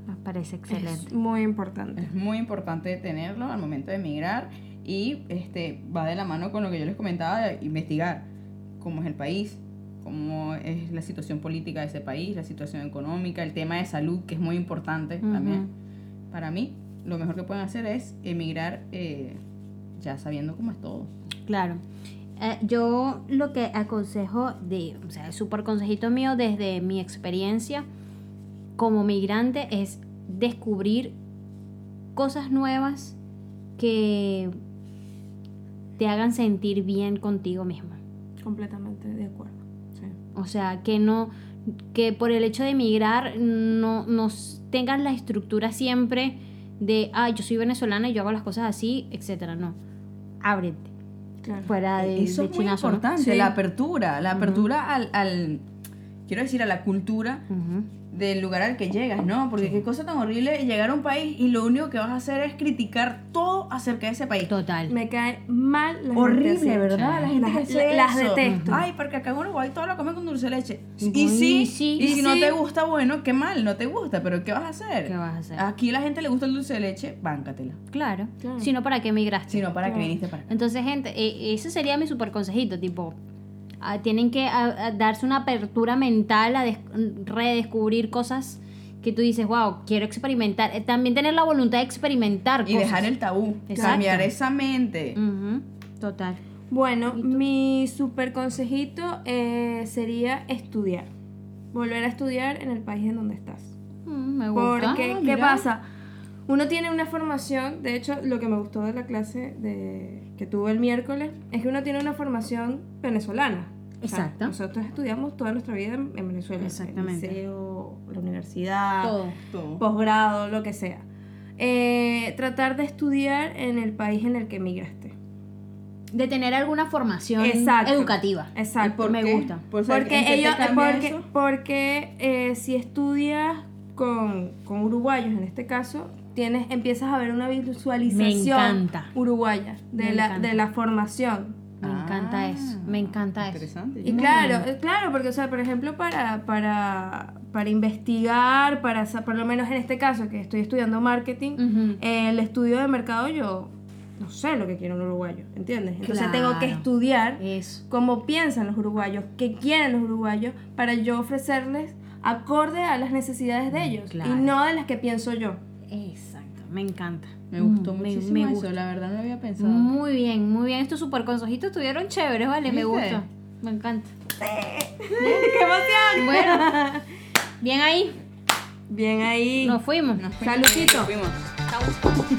B: Me parece excelente.
D: Es muy importante.
A: Es muy importante tenerlo al momento de emigrar y este va de la mano con lo que yo les comentaba de investigar cómo es el país, cómo es la situación política de ese país, la situación económica, el tema de salud que es muy importante también. Para mí, lo mejor que pueden hacer es emigrar eh, ya sabiendo cómo es todo.
B: Claro. Eh, yo lo que aconsejo, de, o sea, el súper consejito mío desde mi experiencia como migrante es descubrir cosas nuevas que te hagan sentir bien contigo misma.
D: Completamente de acuerdo. Sí.
B: O sea, que no, que por el hecho de emigrar no, no s- tengas la estructura siempre de, ah, yo soy venezolana y yo hago las cosas así, etcétera. No, ábrete
D: Claro.
A: Pues,
B: fuera de
A: E, Eso
B: de
A: es muy
B: chinazo, ¿no?
A: importante,
D: Sí.
A: la apertura, la apertura al, al- quiero decir, a la cultura
B: Ujú.
A: del lugar al que llegas, ¿no? Porque qué cosa tan horrible llegar a un país y lo único que vas a hacer es criticar todo acerca de ese país.
B: Total.
D: Me cae mal la gente así.
A: Horrible, ¿verdad? La gente
D: Las-
A: que hace
D: las
A: eso.
D: detesto.
A: Ay, porque acá en Uruguay todo lo comen con dulce de leche.
B: Uy,
A: Y sí,
B: sí.
A: y si
D: Y
A: no
D: sí.
A: te gusta, bueno, qué mal, no te gusta, pero ¿qué vas a hacer?
B: ¿Qué vas a hacer?
A: Aquí la gente le gusta el dulce de leche, báncatela.
B: Claro.
D: Claro.
B: Si no, ¿para qué emigraste?
A: Si no, ¿para qué viniste para acá?
B: Entonces, gente, eh, ese sería mi super consejito, tipo, ah, tienen que ah, ah, darse una apertura mental a des- redescubrir cosas que tú dices, wow, quiero experimentar. Eh, También tener la voluntad de experimentar
A: Y
B: cosas.
A: dejar el tabú,
B: Exacto.
A: cambiar esa mente.
B: Ujú, Total.
D: Bueno, mi super consejito eh, sería estudiar. Volver a estudiar en el país en donde estás.
B: Mm, me gusta.
D: Porque,
B: Ah,
D: ¿qué
B: mira.
D: pasa? Uno tiene una formación, de hecho, lo que me gustó de la clase de, que tuve el miércoles es que uno tiene una formación venezolana. O sea,
B: Exacto.
D: nosotros estudiamos toda nuestra vida en, en Venezuela.
B: Exactamente.
D: El liceo, la universidad,
B: Todo.
A: Todo.
D: posgrado, lo que sea. Eh, tratar de estudiar en el país en el que emigraste.
B: De tener alguna formación
D: Exacto.
B: educativa.
D: Exacto.
B: por Me gusta.
A: Por saber en
D: Porque
A: qué te
D: ellos,
A: cambia
D: porque,
A: eso.
D: porque eh, si estudias con, con uruguayos en este caso, tienes, empiezas a ver una visualización
B: Me encanta.
D: uruguaya de
B: Me
D: la,
B: encanta.
D: de la formación.
B: Me encanta
A: Ah,
B: eso. Me encanta eso.
A: Interesante.
D: Y claro, eh, claro, porque o sea, por ejemplo, para, para, para investigar, para sa- por lo menos en este caso que estoy estudiando marketing,
B: Ujú.
D: eh, el estudio de mercado yo no sé lo que quiere un uruguayo, ¿entiendes? Entonces tengo que
B: Claro.
D: estudiar
B: Eso.
D: cómo piensan los uruguayos, qué quieren los uruguayos, para yo ofrecerles acorde a las necesidades de ellos
B: Claro.
D: y no de las que pienso yo.
B: Exacto. Me encanta.
A: Me gustó
B: Mm,
A: muchísimo
B: me
A: eso,
B: gusta.
A: la verdad no lo había pensado.
B: Muy bien, muy bien. Estos super consejitos estuvieron chéveres, vale.
A: ¿Viste?
B: Me gusta. Me encanta. ¡Qué emoción! Bueno, bien ahí.
D: Bien ahí.
B: Nos fuimos.
A: Nos fuimos.
D: Saludcito.
A: Fuimos.